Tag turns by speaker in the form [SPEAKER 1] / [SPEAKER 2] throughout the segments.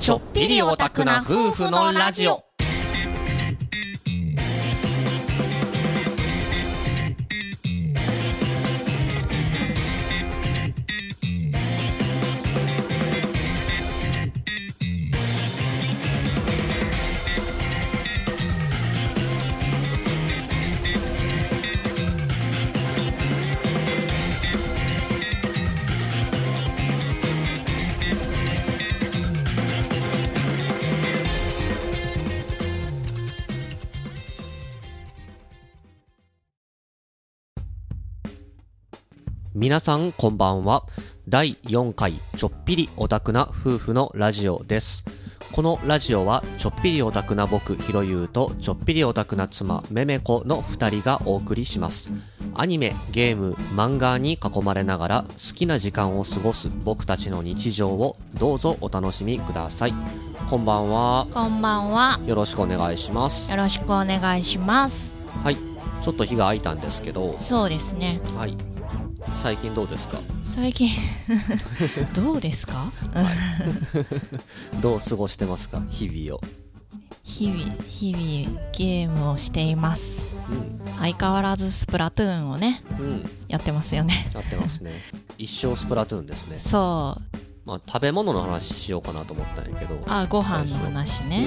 [SPEAKER 1] ちょっぴりオタクな夫婦のラジオ。
[SPEAKER 2] 皆さんこんばんは第4回ちょっぴりオタクな夫婦のラジオですこのラジオはちょっぴりオタクな僕ひろゆうとちょっぴりオタクな妻めめこの2人がお送りしますアニメゲーム漫画に囲まれながら好きな時間を過ごす僕たちの日常をどうぞお楽しみくださいこんばんは
[SPEAKER 1] こんばんは。
[SPEAKER 2] よろしくお願いします
[SPEAKER 1] よろしくお願いします。
[SPEAKER 2] はいちょっと日が空いたんですけど
[SPEAKER 1] そうですね。
[SPEAKER 2] はい最近どうですか
[SPEAKER 1] 最近 どうですか？
[SPEAKER 2] どう過ごしてますか日々を
[SPEAKER 1] 日々日々ゲームをしています。
[SPEAKER 2] うん
[SPEAKER 1] 相変わらずスプラトゥーンをね
[SPEAKER 2] うん、
[SPEAKER 1] やってますよね。
[SPEAKER 2] なってますね。一生スプラトゥーンですね。
[SPEAKER 1] そう。
[SPEAKER 2] まあ、食べ物の話しようかなと思ったんやけど。
[SPEAKER 1] あご飯の話ね。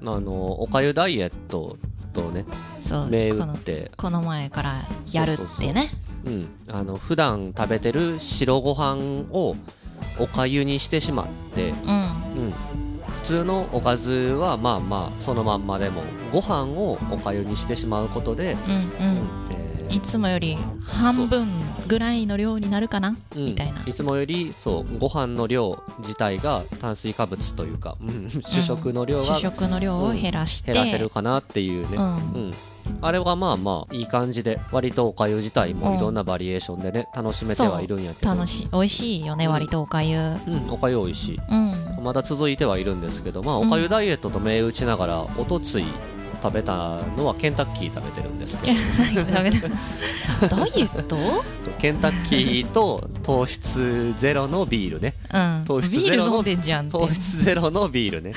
[SPEAKER 2] うん。あの、おかゆダイエットとね、
[SPEAKER 1] そう。
[SPEAKER 2] 銘
[SPEAKER 1] こ
[SPEAKER 2] 打っ
[SPEAKER 1] の
[SPEAKER 2] て、
[SPEAKER 1] この前からやるってね。
[SPEAKER 2] うん。あの、普段食べてる白ご飯をおかゆにしてしまって、
[SPEAKER 1] うん。
[SPEAKER 2] うん。普通のおかずはまあまあそのまんまでもご飯をおかゆにしてしまうことで、
[SPEAKER 1] うんうん。
[SPEAKER 2] えー
[SPEAKER 1] いつもより半分ぐらいの量になるかな
[SPEAKER 2] うん
[SPEAKER 1] みたいない
[SPEAKER 2] つもよりそうご飯の量自体が炭水化物というか、うん、主食の量が
[SPEAKER 1] 主食の量を減らして、
[SPEAKER 2] 減らせるかなっていう
[SPEAKER 1] う
[SPEAKER 2] ね、
[SPEAKER 1] ん
[SPEAKER 2] うんあれはまあまあいい感じで割とおかゆ自体もいろんなバリエーションでね楽しめてはいるんやけど
[SPEAKER 1] 楽しい美味しいよね、
[SPEAKER 2] うん
[SPEAKER 1] 割とおかゆうん
[SPEAKER 2] うん、おかゆ美味しいまだ続いてはいるんですけど、まあ、おかゆダイエットと銘打ちながらおとつい食べたのはケンタッキー食べてるんですけ
[SPEAKER 1] ダメだダイエット、う
[SPEAKER 2] どケンタッキーと糖質ゼロのビールね
[SPEAKER 1] ん、
[SPEAKER 2] 糖質
[SPEAKER 1] ビ
[SPEAKER 2] ゼロ
[SPEAKER 1] ー
[SPEAKER 2] の
[SPEAKER 1] ル飲んでんじゃんって、う
[SPEAKER 2] 糖質ゼロのビールね
[SPEAKER 1] ん、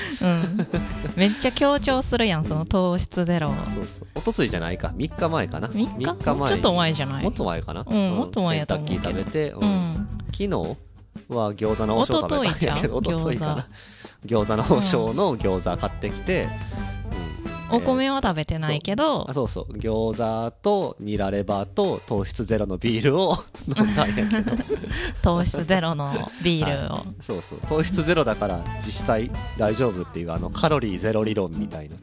[SPEAKER 1] めっちゃ強調するやんその糖質ゼロ
[SPEAKER 2] そうそうおとついじゃないか3日前かな
[SPEAKER 1] 3日もうちょっと前じゃない
[SPEAKER 2] もっと前かな、
[SPEAKER 1] うんもっと前やと思う
[SPEAKER 2] ケンタッキー食べて、
[SPEAKER 1] う
[SPEAKER 2] うん
[SPEAKER 1] ん
[SPEAKER 2] 昨日は餃子の王将食べたんやけど
[SPEAKER 1] おとといちゃう
[SPEAKER 2] おとと いかな餃子の王将の餃子買ってきて、うん
[SPEAKER 1] お米は食べてないけ
[SPEAKER 2] え
[SPEAKER 1] ど
[SPEAKER 2] ーあ、そうそう餃子とニラレバと糖質ゼロのビールを 飲んだんやけ ど
[SPEAKER 1] 糖質ゼロのビールを、
[SPEAKER 2] そうそう糖質ゼロだから実際大丈夫っていうあのカロリーゼロ理論みたいな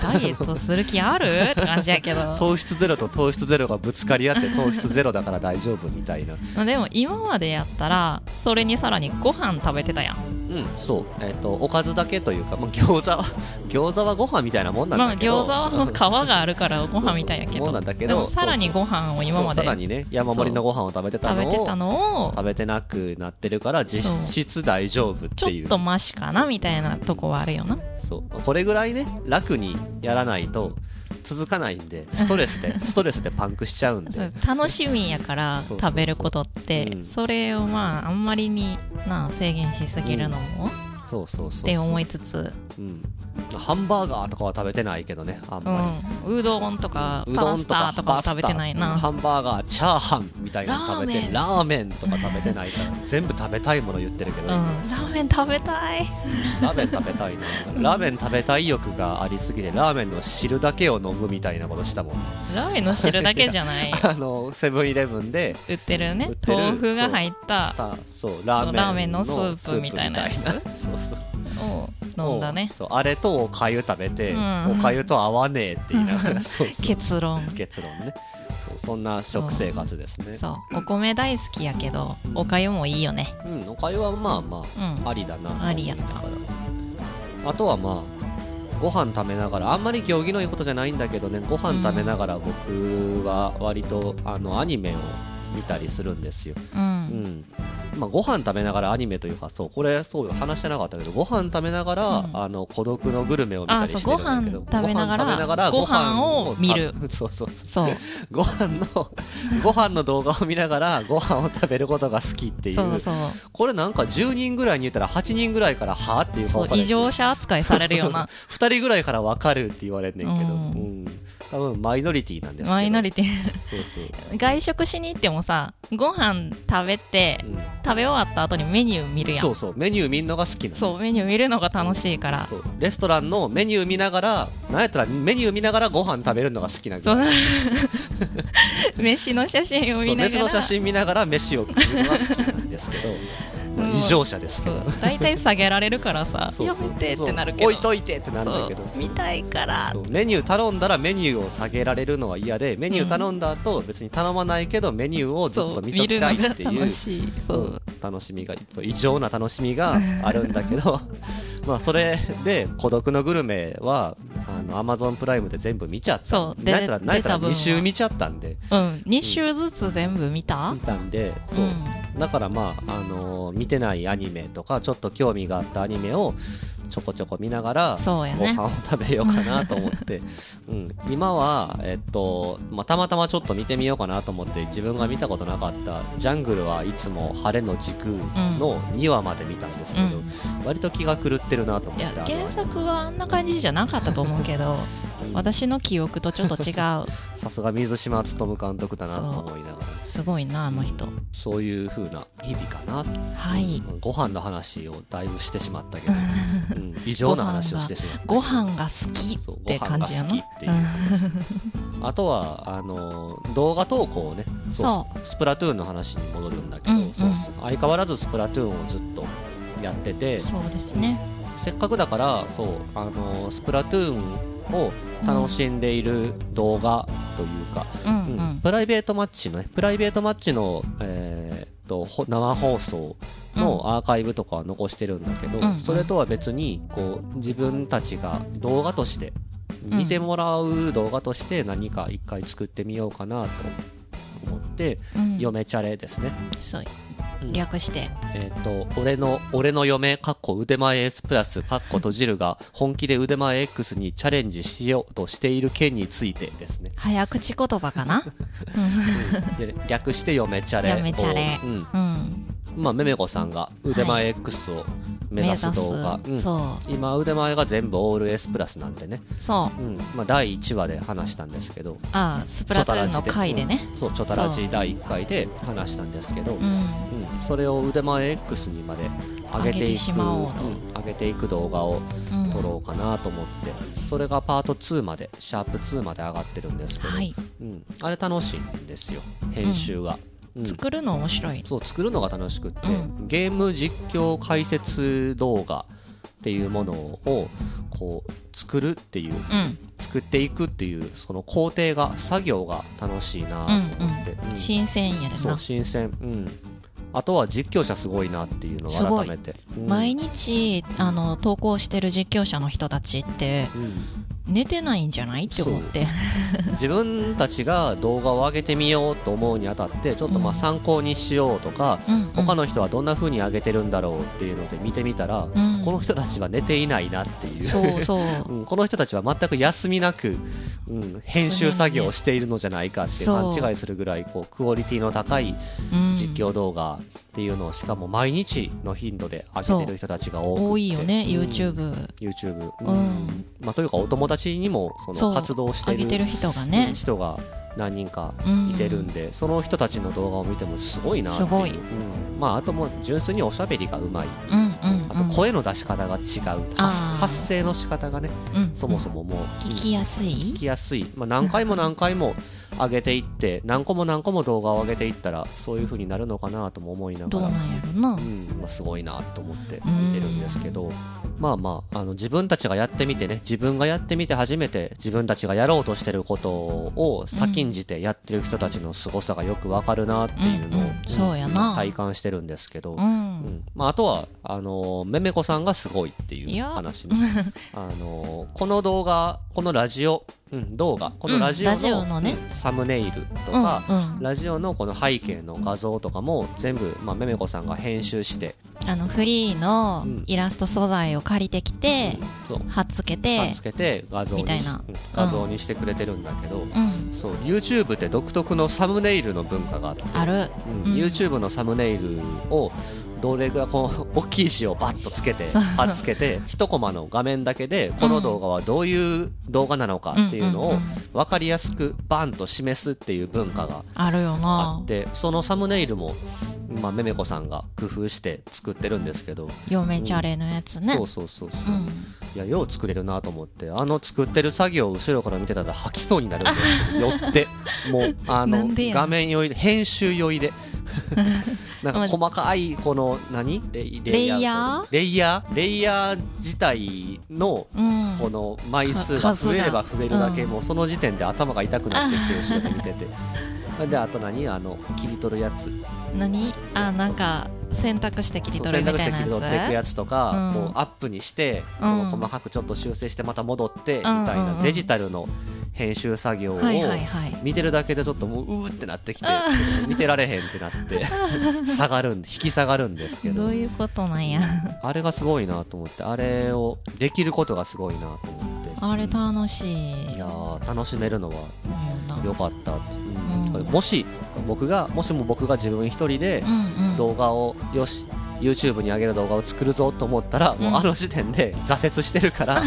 [SPEAKER 1] ダイエットする気あるって感じやけど
[SPEAKER 2] 糖質ゼロと糖質ゼロがぶつかり合って糖質ゼロだから大丈夫みたいな
[SPEAKER 1] まあでも今までやったらそれにさらにご飯食べてたやん
[SPEAKER 2] うんそうえっ、とおかずだけというか、まあ、餃子は 餃子はご飯みたいなもんなん
[SPEAKER 1] まあ
[SPEAKER 2] だけど
[SPEAKER 1] 餃子はもう皮があるからご飯みたいやけ
[SPEAKER 2] そうそうも
[SPEAKER 1] ど
[SPEAKER 2] うなんだけど
[SPEAKER 1] でもさらにご飯を今ま
[SPEAKER 2] そうさ
[SPEAKER 1] で
[SPEAKER 2] らにね山盛りのご飯を食べてた
[SPEAKER 1] 食
[SPEAKER 2] の
[SPEAKER 1] べ
[SPEAKER 2] を
[SPEAKER 1] てたのを
[SPEAKER 2] 食べてなくなってるから実質大丈夫っ
[SPEAKER 1] ちょ
[SPEAKER 2] てい
[SPEAKER 1] っ
[SPEAKER 2] う
[SPEAKER 1] とマシかなみたいなとこはあるよな
[SPEAKER 2] そうこれぐらいね楽にやらないと続かないんでストレス でストレスでパンクしちゃうんで
[SPEAKER 1] そう楽しみやから
[SPEAKER 2] そうそうそう
[SPEAKER 1] 食べることって
[SPEAKER 2] うん
[SPEAKER 1] それをまああんまりになあ制限しすぎるのも
[SPEAKER 2] そうそうそうそう
[SPEAKER 1] って思いつつ
[SPEAKER 2] うん、ハンバーガーとかは食べてないけどねあん
[SPEAKER 1] う
[SPEAKER 2] ま
[SPEAKER 1] んうどんとか
[SPEAKER 2] り、うど
[SPEAKER 1] パ
[SPEAKER 2] ん
[SPEAKER 1] ス
[SPEAKER 2] とか
[SPEAKER 1] タとかも
[SPEAKER 2] パスタ
[SPEAKER 1] 食べてないな
[SPEAKER 2] ハンバーガーチャーハンみたいなの食べて
[SPEAKER 1] ラーメン
[SPEAKER 2] ラーメンとか食べてない から全部食べたいもの言ってるけ
[SPEAKER 1] う
[SPEAKER 2] ど、
[SPEAKER 1] んラーメン食べたい
[SPEAKER 2] ラーメン食べたいなラーメン食べたい欲がありすぎてラーメンの汁だけを飲むみたいなことしたもん
[SPEAKER 1] ラーメンの汁だけじゃない
[SPEAKER 2] あのセブンイレブンで
[SPEAKER 1] 売ってるね
[SPEAKER 2] 売ってる
[SPEAKER 1] 豆腐が入った
[SPEAKER 2] たそうラーメン
[SPEAKER 1] そうラーメンのスープみたいなやつ
[SPEAKER 2] スープみたいな そうそう
[SPEAKER 1] を飲んだね
[SPEAKER 2] そうあれとおかゆ食べて、
[SPEAKER 1] うん
[SPEAKER 2] おかゆと合わねえって言いながら そうそう
[SPEAKER 1] 結論
[SPEAKER 2] 結論ねそうそんな食生活ですね
[SPEAKER 1] そうお米大好きやけどおかゆもいいよね
[SPEAKER 2] うんおかゆはまあま
[SPEAKER 1] うん
[SPEAKER 2] あありだな
[SPEAKER 1] ありやな
[SPEAKER 2] と思いながらあとはまあご飯食べながらあんまり行儀のいいことじゃないんだけどねご飯食べながら僕は割とあのアニメを見たりするんですよ、
[SPEAKER 1] う
[SPEAKER 2] うんんまあ、ご飯食べながらアニメというかそうこれそうよ話してなかったけどご飯食べながら、
[SPEAKER 1] うん
[SPEAKER 2] あの孤独のグルメを見たりして
[SPEAKER 1] あ
[SPEAKER 2] る
[SPEAKER 1] そうん
[SPEAKER 2] だけど
[SPEAKER 1] ご飯食べなが
[SPEAKER 2] ご飯食
[SPEAKER 1] ら
[SPEAKER 2] べながら
[SPEAKER 1] ご飯を見る
[SPEAKER 2] あそうそうそう
[SPEAKER 1] そう
[SPEAKER 2] ご飯のご飯の動画を見ながらご飯を食べることが好きっていう
[SPEAKER 1] そうそう
[SPEAKER 2] これなんか10人ぐらいに言ったら8人ぐらいからはあっていう
[SPEAKER 1] そ
[SPEAKER 2] 顔
[SPEAKER 1] う
[SPEAKER 2] され
[SPEAKER 1] 異
[SPEAKER 2] て
[SPEAKER 1] 常者扱いされる ような
[SPEAKER 2] 2人ぐらいから分かるって言われんねんけど、う
[SPEAKER 1] うんん
[SPEAKER 2] 多分マイノリティなんですけど
[SPEAKER 1] マイノリティ
[SPEAKER 2] そうそう、
[SPEAKER 1] 外食しに行ってもさご飯食べて
[SPEAKER 2] うん
[SPEAKER 1] 食べ終わった後にメニュー見るやん
[SPEAKER 2] そうそうメニュー見るのが好きなんです
[SPEAKER 1] そうメニュー見るのが楽しいから
[SPEAKER 2] そうレストランのメニュー見ながらなんやったらメニュー見ながらご飯食べるのが好きなんです
[SPEAKER 1] そう 飯の写真を見ながら
[SPEAKER 2] 飯の写真見ながら飯を食うのが好きなんですけど、まあ
[SPEAKER 1] うん
[SPEAKER 2] 異常者ですけ
[SPEAKER 1] そ
[SPEAKER 2] ど
[SPEAKER 1] う大体下げられるからさ「
[SPEAKER 2] そうそう
[SPEAKER 1] やめて」っ
[SPEAKER 2] そう
[SPEAKER 1] てなるけど
[SPEAKER 2] 置いといてってなるんだけど
[SPEAKER 1] そう見たいから
[SPEAKER 2] そうメニュー頼んだらメニューを下げられるのは嫌でメニュー頼んだ後、別に頼まないけどメニューをずっ
[SPEAKER 1] そ
[SPEAKER 2] と
[SPEAKER 1] う
[SPEAKER 2] 見
[SPEAKER 1] 見
[SPEAKER 2] とき
[SPEAKER 1] る
[SPEAKER 2] たい
[SPEAKER 1] のが
[SPEAKER 2] っていう
[SPEAKER 1] 楽しいそううん
[SPEAKER 2] 楽しみがそう異常な楽しみ があるんだけど まあそれで「孤独のグルメは」あのアマゾンプライムで全部見ちゃった
[SPEAKER 1] そうで
[SPEAKER 2] なんやったらなんやったら
[SPEAKER 1] 出た分
[SPEAKER 2] 2
[SPEAKER 1] は
[SPEAKER 2] 週見ちゃったんで
[SPEAKER 1] うん2週ずつ全部見た
[SPEAKER 2] 見たんで
[SPEAKER 1] う
[SPEAKER 2] そう、
[SPEAKER 1] ん
[SPEAKER 2] だからまあ、あのー見てないアニメとかちょっと興味があったアニメをちょこちょこ見ながら
[SPEAKER 1] そうや
[SPEAKER 2] ご
[SPEAKER 1] ね
[SPEAKER 2] 飯を食べようかなと思 って、うん、今は、えっとまあ、たまたまちょっと見てみようかなと思って自分が見たことなかった「ジャングルはいつも晴れの時空」の2話まで見たんですけど、
[SPEAKER 1] うん
[SPEAKER 2] 割と気が狂ってるなと思
[SPEAKER 1] い
[SPEAKER 2] って
[SPEAKER 1] や
[SPEAKER 2] あの
[SPEAKER 1] 原作はあんな感じじゃなかったと思うけど私の記憶とちょっと違 う
[SPEAKER 2] さすが水島努監督だなと思いながら
[SPEAKER 1] すごいなあの人
[SPEAKER 2] そういう風な日々かな
[SPEAKER 1] はい
[SPEAKER 2] ご飯の話をだいぶしてしまったけ ど、うん、異常な話をしてしまった
[SPEAKER 1] ご飯が好き
[SPEAKER 2] そう
[SPEAKER 1] っ
[SPEAKER 2] ご
[SPEAKER 1] て
[SPEAKER 2] 飯
[SPEAKER 1] 感
[SPEAKER 2] が
[SPEAKER 1] じや
[SPEAKER 2] 好
[SPEAKER 1] な
[SPEAKER 2] きって いうあとはあの動画投稿をねそうスプラトゥーンの話に戻るんだけど、
[SPEAKER 1] うんうん
[SPEAKER 2] そうす相変わらずスプラトゥーンをずっとやってて
[SPEAKER 1] そうですね
[SPEAKER 2] せっかくだからそうあのスプラトゥーンを楽しんでいる動画というか、
[SPEAKER 1] うん
[SPEAKER 2] うん
[SPEAKER 1] うん
[SPEAKER 2] プライベートマッチのねプライベートマッチの、えーっとほ生放送
[SPEAKER 1] うん
[SPEAKER 2] のアーカイブとかは残してるんだけど、
[SPEAKER 1] うんうん
[SPEAKER 2] それとは別にこう自分たちが動画として
[SPEAKER 1] うん
[SPEAKER 2] 見てもらう動画として何か一回作ってみようかなと思って、
[SPEAKER 1] うん
[SPEAKER 2] 嫁チャレですね、
[SPEAKER 1] そう
[SPEAKER 2] うん
[SPEAKER 1] 略して
[SPEAKER 2] えーっ、と俺の俺の嫁かっこ腕前 S プラスかっこ閉じるが本気で腕前 X にチャレンジしようとしている件についてですね
[SPEAKER 1] 早口言葉か な
[SPEAKER 2] で略して嫁チャレ
[SPEAKER 1] 嫁チャレ
[SPEAKER 2] こううん
[SPEAKER 1] うん
[SPEAKER 2] まあ、めめこさんが腕前 X を目指す動画、
[SPEAKER 1] 目指す
[SPEAKER 2] うん
[SPEAKER 1] そ
[SPEAKER 2] 今腕前が全部オール S プラスなんでね、
[SPEAKER 1] うそう
[SPEAKER 2] うんまあ、第1話で話したんですけど
[SPEAKER 1] ああスプラトゥーンの回で
[SPEAKER 2] 「
[SPEAKER 1] ね
[SPEAKER 2] チョタラジでうんそうチョタラジ第1回で話したんですけど、うん
[SPEAKER 1] うん
[SPEAKER 2] それを腕前 X にまで上げて
[SPEAKER 1] 上げ
[SPEAKER 2] い
[SPEAKER 1] て
[SPEAKER 2] く
[SPEAKER 1] しまおうと
[SPEAKER 2] ん上げていく動画を
[SPEAKER 1] うん
[SPEAKER 2] 撮ろうかなと思って、それがパート2までシャープ2まで上がってるんですけど、
[SPEAKER 1] はい
[SPEAKER 2] うん、あれ楽しいんですよ編集が。うん
[SPEAKER 1] 作るの面白い
[SPEAKER 2] そう作るのが楽しくって、
[SPEAKER 1] う
[SPEAKER 2] ゲーム実況解説動画っていうものをこう作るっていう
[SPEAKER 1] うん
[SPEAKER 2] 作っていくっていうその工程が作業が楽しいなと思って、うん
[SPEAKER 1] 新鮮やで
[SPEAKER 2] そう
[SPEAKER 1] な
[SPEAKER 2] 新鮮うんあとは実況者すごいなっていうのを
[SPEAKER 1] すご
[SPEAKER 2] 改
[SPEAKER 1] い
[SPEAKER 2] めて、うん
[SPEAKER 1] 毎日あの投稿してる実況者の人たちって
[SPEAKER 2] うん
[SPEAKER 1] 寝てないんじゃないって思って
[SPEAKER 2] 自分たちが動画を上げてみようと思うにあたってちょっとまあ
[SPEAKER 1] うん
[SPEAKER 2] 参考にしようとか、
[SPEAKER 1] うんうん
[SPEAKER 2] 他の人はどんな風に上げてるんだろうっていうので見てみたら、
[SPEAKER 1] うん
[SPEAKER 2] この人たちは寝ていないなっていう
[SPEAKER 1] そうそう
[SPEAKER 2] うん、この人たちは全く休みなく、うん、編集作業をしているのじゃないかって
[SPEAKER 1] そ
[SPEAKER 2] 勘
[SPEAKER 1] う
[SPEAKER 2] 違いするぐらいこうクオリティの高い
[SPEAKER 1] うん
[SPEAKER 2] 実況動画っていうのをしかも毎日の頻度で上げてる人たちが多くて
[SPEAKER 1] 多いよね
[SPEAKER 2] うん
[SPEAKER 1] YouTube
[SPEAKER 2] YouTube、
[SPEAKER 1] うん
[SPEAKER 2] まあ、というかお友達にもそ
[SPEAKER 1] そ
[SPEAKER 2] の
[SPEAKER 1] う
[SPEAKER 2] 活動して
[SPEAKER 1] 上げ
[SPEAKER 2] る
[SPEAKER 1] てる人がね
[SPEAKER 2] 人が何人か
[SPEAKER 1] うん
[SPEAKER 2] いてるんで、その人たちの動画を見てもすごいなっていう
[SPEAKER 1] すごい
[SPEAKER 2] うんまあ、あともう純粋におしゃべりがうまい
[SPEAKER 1] うんうん
[SPEAKER 2] あ
[SPEAKER 1] うん
[SPEAKER 2] と声の出し方が違う、
[SPEAKER 1] あー
[SPEAKER 2] 発発声の仕方がね
[SPEAKER 1] うん
[SPEAKER 2] そもそももう、
[SPEAKER 1] 聞きやすい
[SPEAKER 2] 聞きやすい、まあ、何 回も何回も上げていって何個も何個も動画を上げていったらそういう風になるのかなとも思いな
[SPEAKER 1] ど
[SPEAKER 2] が
[SPEAKER 1] う
[SPEAKER 2] ら
[SPEAKER 1] な。んやろな
[SPEAKER 2] うんまあ、すごいなと思って見てるんですけど、まあまああの自分たちがやってみてね自分がやってみて初めて自分たちがやろうとしてることを先んじてやってる人たちの凄さがよくわかるなっていうのを、
[SPEAKER 1] うんうんそうやな
[SPEAKER 2] 体感してるんですけど、
[SPEAKER 1] うん
[SPEAKER 2] うんまあ、あとはあのめめこさんがすごいってい
[SPEAKER 1] いうや
[SPEAKER 2] 話 ねあのこの動画このラジオ、うん、動画このラジオの,、
[SPEAKER 1] うんラジオのね
[SPEAKER 2] うんサムネイルと
[SPEAKER 1] うん
[SPEAKER 2] か、
[SPEAKER 1] うん
[SPEAKER 2] ラジオのこの背景の画像とかも全部、まあ、めめこさんが編集して、
[SPEAKER 1] あのフリーの
[SPEAKER 2] うん
[SPEAKER 1] イラスト素材を借りてきて
[SPEAKER 2] うん、そう
[SPEAKER 1] 貼っつけ
[SPEAKER 2] 貼ってつけて画像に
[SPEAKER 1] みたいな
[SPEAKER 2] うん画像にしてくれてるんだけど、
[SPEAKER 1] うん
[SPEAKER 2] そう YouTube って独特のサムネイルの文化があって、
[SPEAKER 1] ある
[SPEAKER 2] うん
[SPEAKER 1] うん
[SPEAKER 2] YouTube のサムネイルをどれがこの大きい字をバッとつけて
[SPEAKER 1] そう
[SPEAKER 2] 貼っつけて一コマの画面だけでこの動画はどういう動画なのかっていうの
[SPEAKER 1] うん
[SPEAKER 2] を
[SPEAKER 1] うんうん
[SPEAKER 2] 分かりやすくバンと示すっていう文化が
[SPEAKER 1] あるよ
[SPEAKER 2] あ
[SPEAKER 1] な
[SPEAKER 2] ってそのサムネイルも、まあ、めめこさんが工夫して作ってるんですけど、
[SPEAKER 1] 嫁チャレのやつね
[SPEAKER 2] そうそうそうそうう、
[SPEAKER 1] ん
[SPEAKER 2] いやよう作れるなと思ってあの作ってる作業を後ろから見てたら吐きそうになるん ですけど寄ってもうあ
[SPEAKER 1] な
[SPEAKER 2] の
[SPEAKER 1] んでや
[SPEAKER 2] 画面酔いで編集酔い でなんか細かいこの何レイレイヤーレイヤーレイヤー自体の
[SPEAKER 1] うん
[SPEAKER 2] この枚数が増えれば増えるだけ、
[SPEAKER 1] うん
[SPEAKER 2] もうその時点で頭が痛くなってきて後ろで見てて であと何あの切り取るやつ
[SPEAKER 1] 何あなんか選択して切り
[SPEAKER 2] そう
[SPEAKER 1] 取る
[SPEAKER 2] 選
[SPEAKER 1] み
[SPEAKER 2] 択
[SPEAKER 1] た
[SPEAKER 2] して
[SPEAKER 1] いな
[SPEAKER 2] 切り取ってい
[SPEAKER 1] や
[SPEAKER 2] く
[SPEAKER 1] つ
[SPEAKER 2] やつとか、
[SPEAKER 1] うん
[SPEAKER 2] こうアップにして、
[SPEAKER 1] うん
[SPEAKER 2] その細かくちょっと修正してまた戻ってみたい
[SPEAKER 1] うんうん
[SPEAKER 2] な
[SPEAKER 1] うん
[SPEAKER 2] デジタルの編集作業を
[SPEAKER 1] はいはいはい
[SPEAKER 2] 見てるだけでちょっともううーってなってきて見てられへんってなって 下がるん引き下がるんですけ
[SPEAKER 1] ど
[SPEAKER 2] ど
[SPEAKER 1] ういうことなんや
[SPEAKER 2] あれがすごいなと思ってあれをできることがすごいなと思って
[SPEAKER 1] あれ楽しい
[SPEAKER 2] いやー楽しめるのは
[SPEAKER 1] うん
[SPEAKER 2] 良かった、うん
[SPEAKER 1] うん
[SPEAKER 2] もし僕がもしも僕が自分一人で、
[SPEAKER 1] うんうん
[SPEAKER 2] 動画をよし YouTube に上げる動画を作るぞと思ったら、
[SPEAKER 1] ん
[SPEAKER 2] もうあの時点で挫折してるから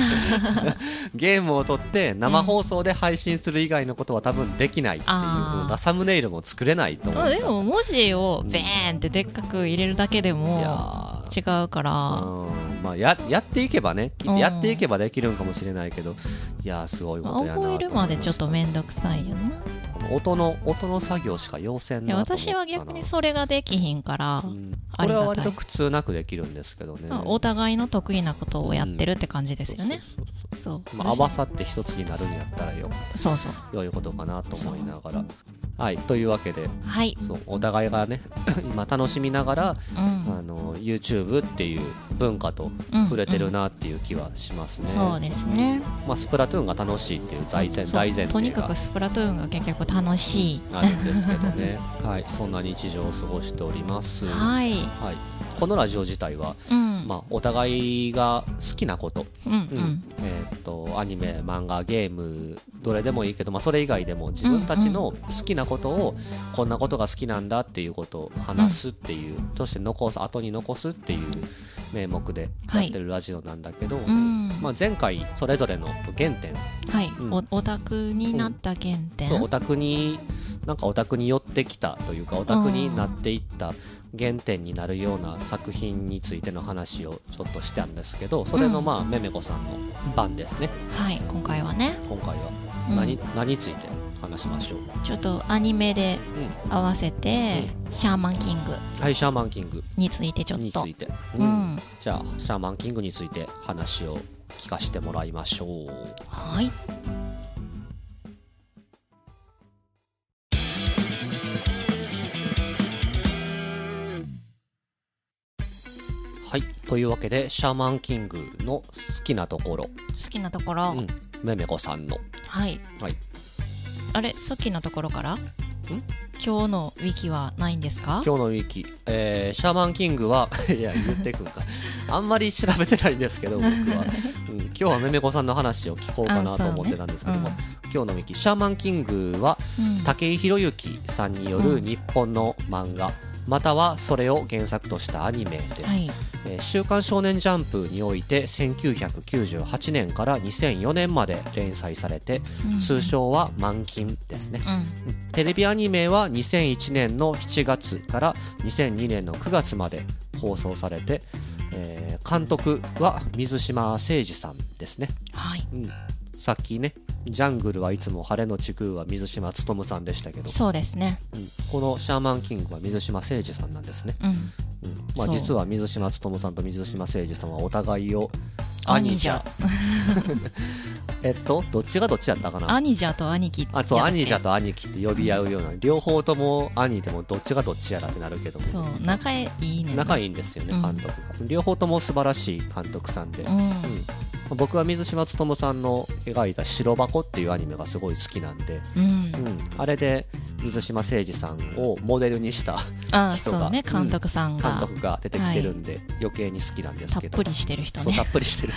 [SPEAKER 2] ゲームを撮って生放送で配信する以外のことは多分できないっていう、
[SPEAKER 1] あー
[SPEAKER 2] うんだサムネイルも作れないと思
[SPEAKER 1] あ
[SPEAKER 2] う
[SPEAKER 1] でも文字をベーンってでっかく入れるだけで
[SPEAKER 2] いや
[SPEAKER 1] も
[SPEAKER 2] ー
[SPEAKER 1] 違うから
[SPEAKER 2] うんまあ、ややっていけばね
[SPEAKER 1] うん
[SPEAKER 2] やっていけばできるんかもしれないけどいやーすごいこ
[SPEAKER 1] まあ
[SPEAKER 2] とやなと
[SPEAKER 1] 覚
[SPEAKER 2] 思
[SPEAKER 1] え
[SPEAKER 2] い
[SPEAKER 1] る
[SPEAKER 2] ま
[SPEAKER 1] ま
[SPEAKER 2] した
[SPEAKER 1] でちょっと面倒くさいよな
[SPEAKER 2] 音の音の作業しか要せん
[SPEAKER 1] い
[SPEAKER 2] な
[SPEAKER 1] や
[SPEAKER 2] と思ったな
[SPEAKER 1] 私は逆にそれができひんから
[SPEAKER 2] う、んこ
[SPEAKER 1] あり
[SPEAKER 2] れ
[SPEAKER 1] がたい
[SPEAKER 2] は割と苦痛なくできるんですけどね
[SPEAKER 1] まあお互いの得意なことをやってるって感じですよね、
[SPEAKER 2] そうそうそう
[SPEAKER 1] そう
[SPEAKER 2] まあ、合わさって一つになるんやったらよ
[SPEAKER 1] そうそう
[SPEAKER 2] 良いことかなと思いながら。はい、というわけで
[SPEAKER 1] はい、
[SPEAKER 2] そうお互いがね 今楽しみながら、
[SPEAKER 1] うん
[SPEAKER 2] あの YouTube っていう文化と
[SPEAKER 1] うん
[SPEAKER 2] 触れてるなっていう気はしますね、
[SPEAKER 1] そうですね
[SPEAKER 2] まあ、スプラトゥーンが楽しいっていう財前
[SPEAKER 1] そう
[SPEAKER 2] 大前
[SPEAKER 1] と
[SPEAKER 2] 提
[SPEAKER 1] にかく
[SPEAKER 2] が
[SPEAKER 1] スプラトゥーンが結局楽しい
[SPEAKER 2] あるんですけど ね、はい、そんな日常を過ごしております、は
[SPEAKER 1] はい、
[SPEAKER 2] い、このラジオ自体は、
[SPEAKER 1] うん、
[SPEAKER 2] まあ、お互いが好きなこと
[SPEAKER 1] うんうん
[SPEAKER 2] うんえーっとアニメ漫画ゲームどれでもいいけど、まあ、それ以外でも自分たちの好きなことを、こんなことが好きなんだっていうことを話すっていう、そして残す後に残すっていう名目でやってるラジオなんだけど、
[SPEAKER 1] うん
[SPEAKER 2] まあ、前回それぞれの原点
[SPEAKER 1] はい、
[SPEAKER 2] うん
[SPEAKER 1] おオタクになった原点、
[SPEAKER 2] そうオタクになんかオタクに寄ってきたというかオタクになっていった原点になるような作品についての話をちょっとしたんですけどそれのまあめめこさんの番ですね
[SPEAKER 1] はい今回はね、
[SPEAKER 2] 今回は。
[SPEAKER 1] うん
[SPEAKER 2] 何何について話しましょう、
[SPEAKER 1] ちょっとアニメで合わせて、シャーマンキング
[SPEAKER 2] はいシャーマンキング
[SPEAKER 1] についてちょっ
[SPEAKER 2] につ
[SPEAKER 1] と
[SPEAKER 2] いて、
[SPEAKER 1] うん
[SPEAKER 2] じゃあシャーマンキングについて話を聞かせてもらいましょう
[SPEAKER 1] はい
[SPEAKER 2] はいというわけでシャーマンキングの好きなところ、
[SPEAKER 1] 好きなとこ
[SPEAKER 2] う
[SPEAKER 1] ろ、
[SPEAKER 2] ん、めめこさんの
[SPEAKER 1] はい
[SPEAKER 2] はい
[SPEAKER 1] あれさっきのところから今日のウィキはないんですか
[SPEAKER 2] 今日のウィキ、えーシャーマンキングは いや言ってくんかあんまり調べてないんですけど僕は、うん、今日はめめこさんの話を聞こうかなと
[SPEAKER 1] あそうね
[SPEAKER 2] 思ってたんですけども、
[SPEAKER 1] うん
[SPEAKER 2] 今日のウィキシャーマンキングは
[SPEAKER 1] うん
[SPEAKER 2] 武井宏之さんによる
[SPEAKER 1] うん
[SPEAKER 2] 日本の漫画、またはそれを原作としたアニメです、
[SPEAKER 1] はい
[SPEAKER 2] えー週刊少年ジャンプ」において1998年から2004年まで連載されて
[SPEAKER 1] うん
[SPEAKER 2] 通称は「満金」ですね、
[SPEAKER 1] うん
[SPEAKER 2] テレビアニメは2001年の7月から2002年の9月まで放送されて、えー監督は水島誠二さんですね
[SPEAKER 1] はい
[SPEAKER 2] うん、さっきね「ジャングルはいつも晴れの地区」は水島努さんでしたけど、
[SPEAKER 1] そうですね
[SPEAKER 2] うんこの「シャーマンキング」は水島誠二さんなんですね、
[SPEAKER 1] うん
[SPEAKER 2] うんまあ、
[SPEAKER 1] そう
[SPEAKER 2] 実は水島努さんと水島誠二さんはお互いを
[SPEAKER 1] 兄者
[SPEAKER 2] 兄 えっとどっちがどっちだったかな
[SPEAKER 1] 兄者と兄貴って
[SPEAKER 2] あそう
[SPEAKER 1] やだっけ
[SPEAKER 2] 兄者と兄貴って呼び合うような両方とも兄でもどっちがどっちやらってなるけども
[SPEAKER 1] そう仲いいね
[SPEAKER 2] 仲
[SPEAKER 1] い
[SPEAKER 2] いいんですよね
[SPEAKER 1] うん
[SPEAKER 2] 監督が、両方とも素晴らしい監督さんで、
[SPEAKER 1] う
[SPEAKER 2] ま
[SPEAKER 1] ん
[SPEAKER 2] あ僕は水島努さんの描いた「白箱」っていうアニメがすごい好きなんで、
[SPEAKER 1] うん
[SPEAKER 2] うん、あれで水島誠二さんをモデルにした
[SPEAKER 1] ああ
[SPEAKER 2] 人が
[SPEAKER 1] そうね
[SPEAKER 2] うん
[SPEAKER 1] 監督さん
[SPEAKER 2] 監
[SPEAKER 1] が
[SPEAKER 2] 督が出てきてるんで、余計に好きなんです
[SPEAKER 1] たっ
[SPEAKER 2] けど
[SPEAKER 1] ぷりしてる人
[SPEAKER 2] そうた
[SPEAKER 1] ね
[SPEAKER 2] っぷり してる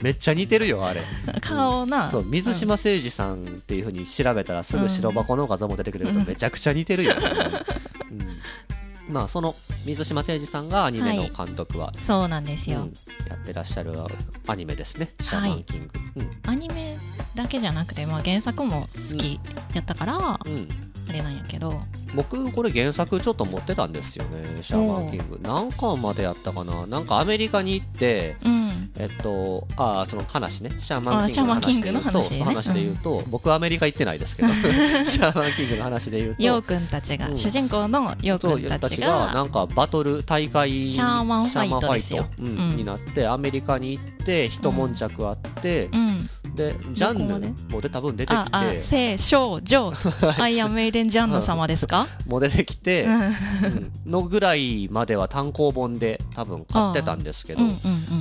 [SPEAKER 2] めっちゃ似てるよあれ
[SPEAKER 1] 顔な
[SPEAKER 2] そう水島誠二さんっていうふうに調べたらすぐ白箱の画像も出てくるけど、
[SPEAKER 1] うん
[SPEAKER 2] めちゃくちゃ似て るよ、うんまあその水島誠二さんがアニメの監督は、
[SPEAKER 1] うんそうなんです
[SPEAKER 2] う
[SPEAKER 1] よ
[SPEAKER 2] んやってらっしゃるアニメですね「シャーマンキング」
[SPEAKER 1] アニメだけじゃなくてまあ原作も好きやったからあ
[SPEAKER 2] うんうん
[SPEAKER 1] れなんやけど
[SPEAKER 2] 僕これ原作ちょっと持ってたんですよね「シャーマンキング」何巻までやったかななんかアメリカに行って
[SPEAKER 1] うん
[SPEAKER 2] えっと、ああ、その話ね、シャーマ
[SPEAKER 1] あーシャーマ
[SPEAKER 2] ン
[SPEAKER 1] ン
[SPEAKER 2] キ
[SPEAKER 1] キ
[SPEAKER 2] ン
[SPEAKER 1] ン
[SPEAKER 2] グ
[SPEAKER 1] グ
[SPEAKER 2] の
[SPEAKER 1] の
[SPEAKER 2] 話で言うと、
[SPEAKER 1] 話ね
[SPEAKER 2] そう話で言うと、僕はアメリカ行ってないです けど、シャーマンキングの話で言うと、
[SPEAKER 1] ようくんたちが、
[SPEAKER 2] うん
[SPEAKER 1] 主人公のようく
[SPEAKER 2] そ
[SPEAKER 1] ん
[SPEAKER 2] う
[SPEAKER 1] た
[SPEAKER 2] たち
[SPEAKER 1] ち
[SPEAKER 2] が
[SPEAKER 1] が
[SPEAKER 2] なんかバトル大会
[SPEAKER 1] シャーマンファイトですよ
[SPEAKER 2] シャーマンファイトうん
[SPEAKER 1] うん
[SPEAKER 2] になってアメリカに行って一悶着あって、
[SPEAKER 1] うん
[SPEAKER 2] でジャン
[SPEAKER 1] どこまで
[SPEAKER 2] ヌもで多分出て
[SPEAKER 1] あ
[SPEAKER 2] き
[SPEAKER 1] あ
[SPEAKER 2] て
[SPEAKER 1] 聖少 女アイアンメイデンジャンヌ様ですか、
[SPEAKER 2] もう出てきて、
[SPEAKER 1] うん、うんうん
[SPEAKER 2] うんのぐらいまでは単行本で多分買ってたんですけど、
[SPEAKER 1] うん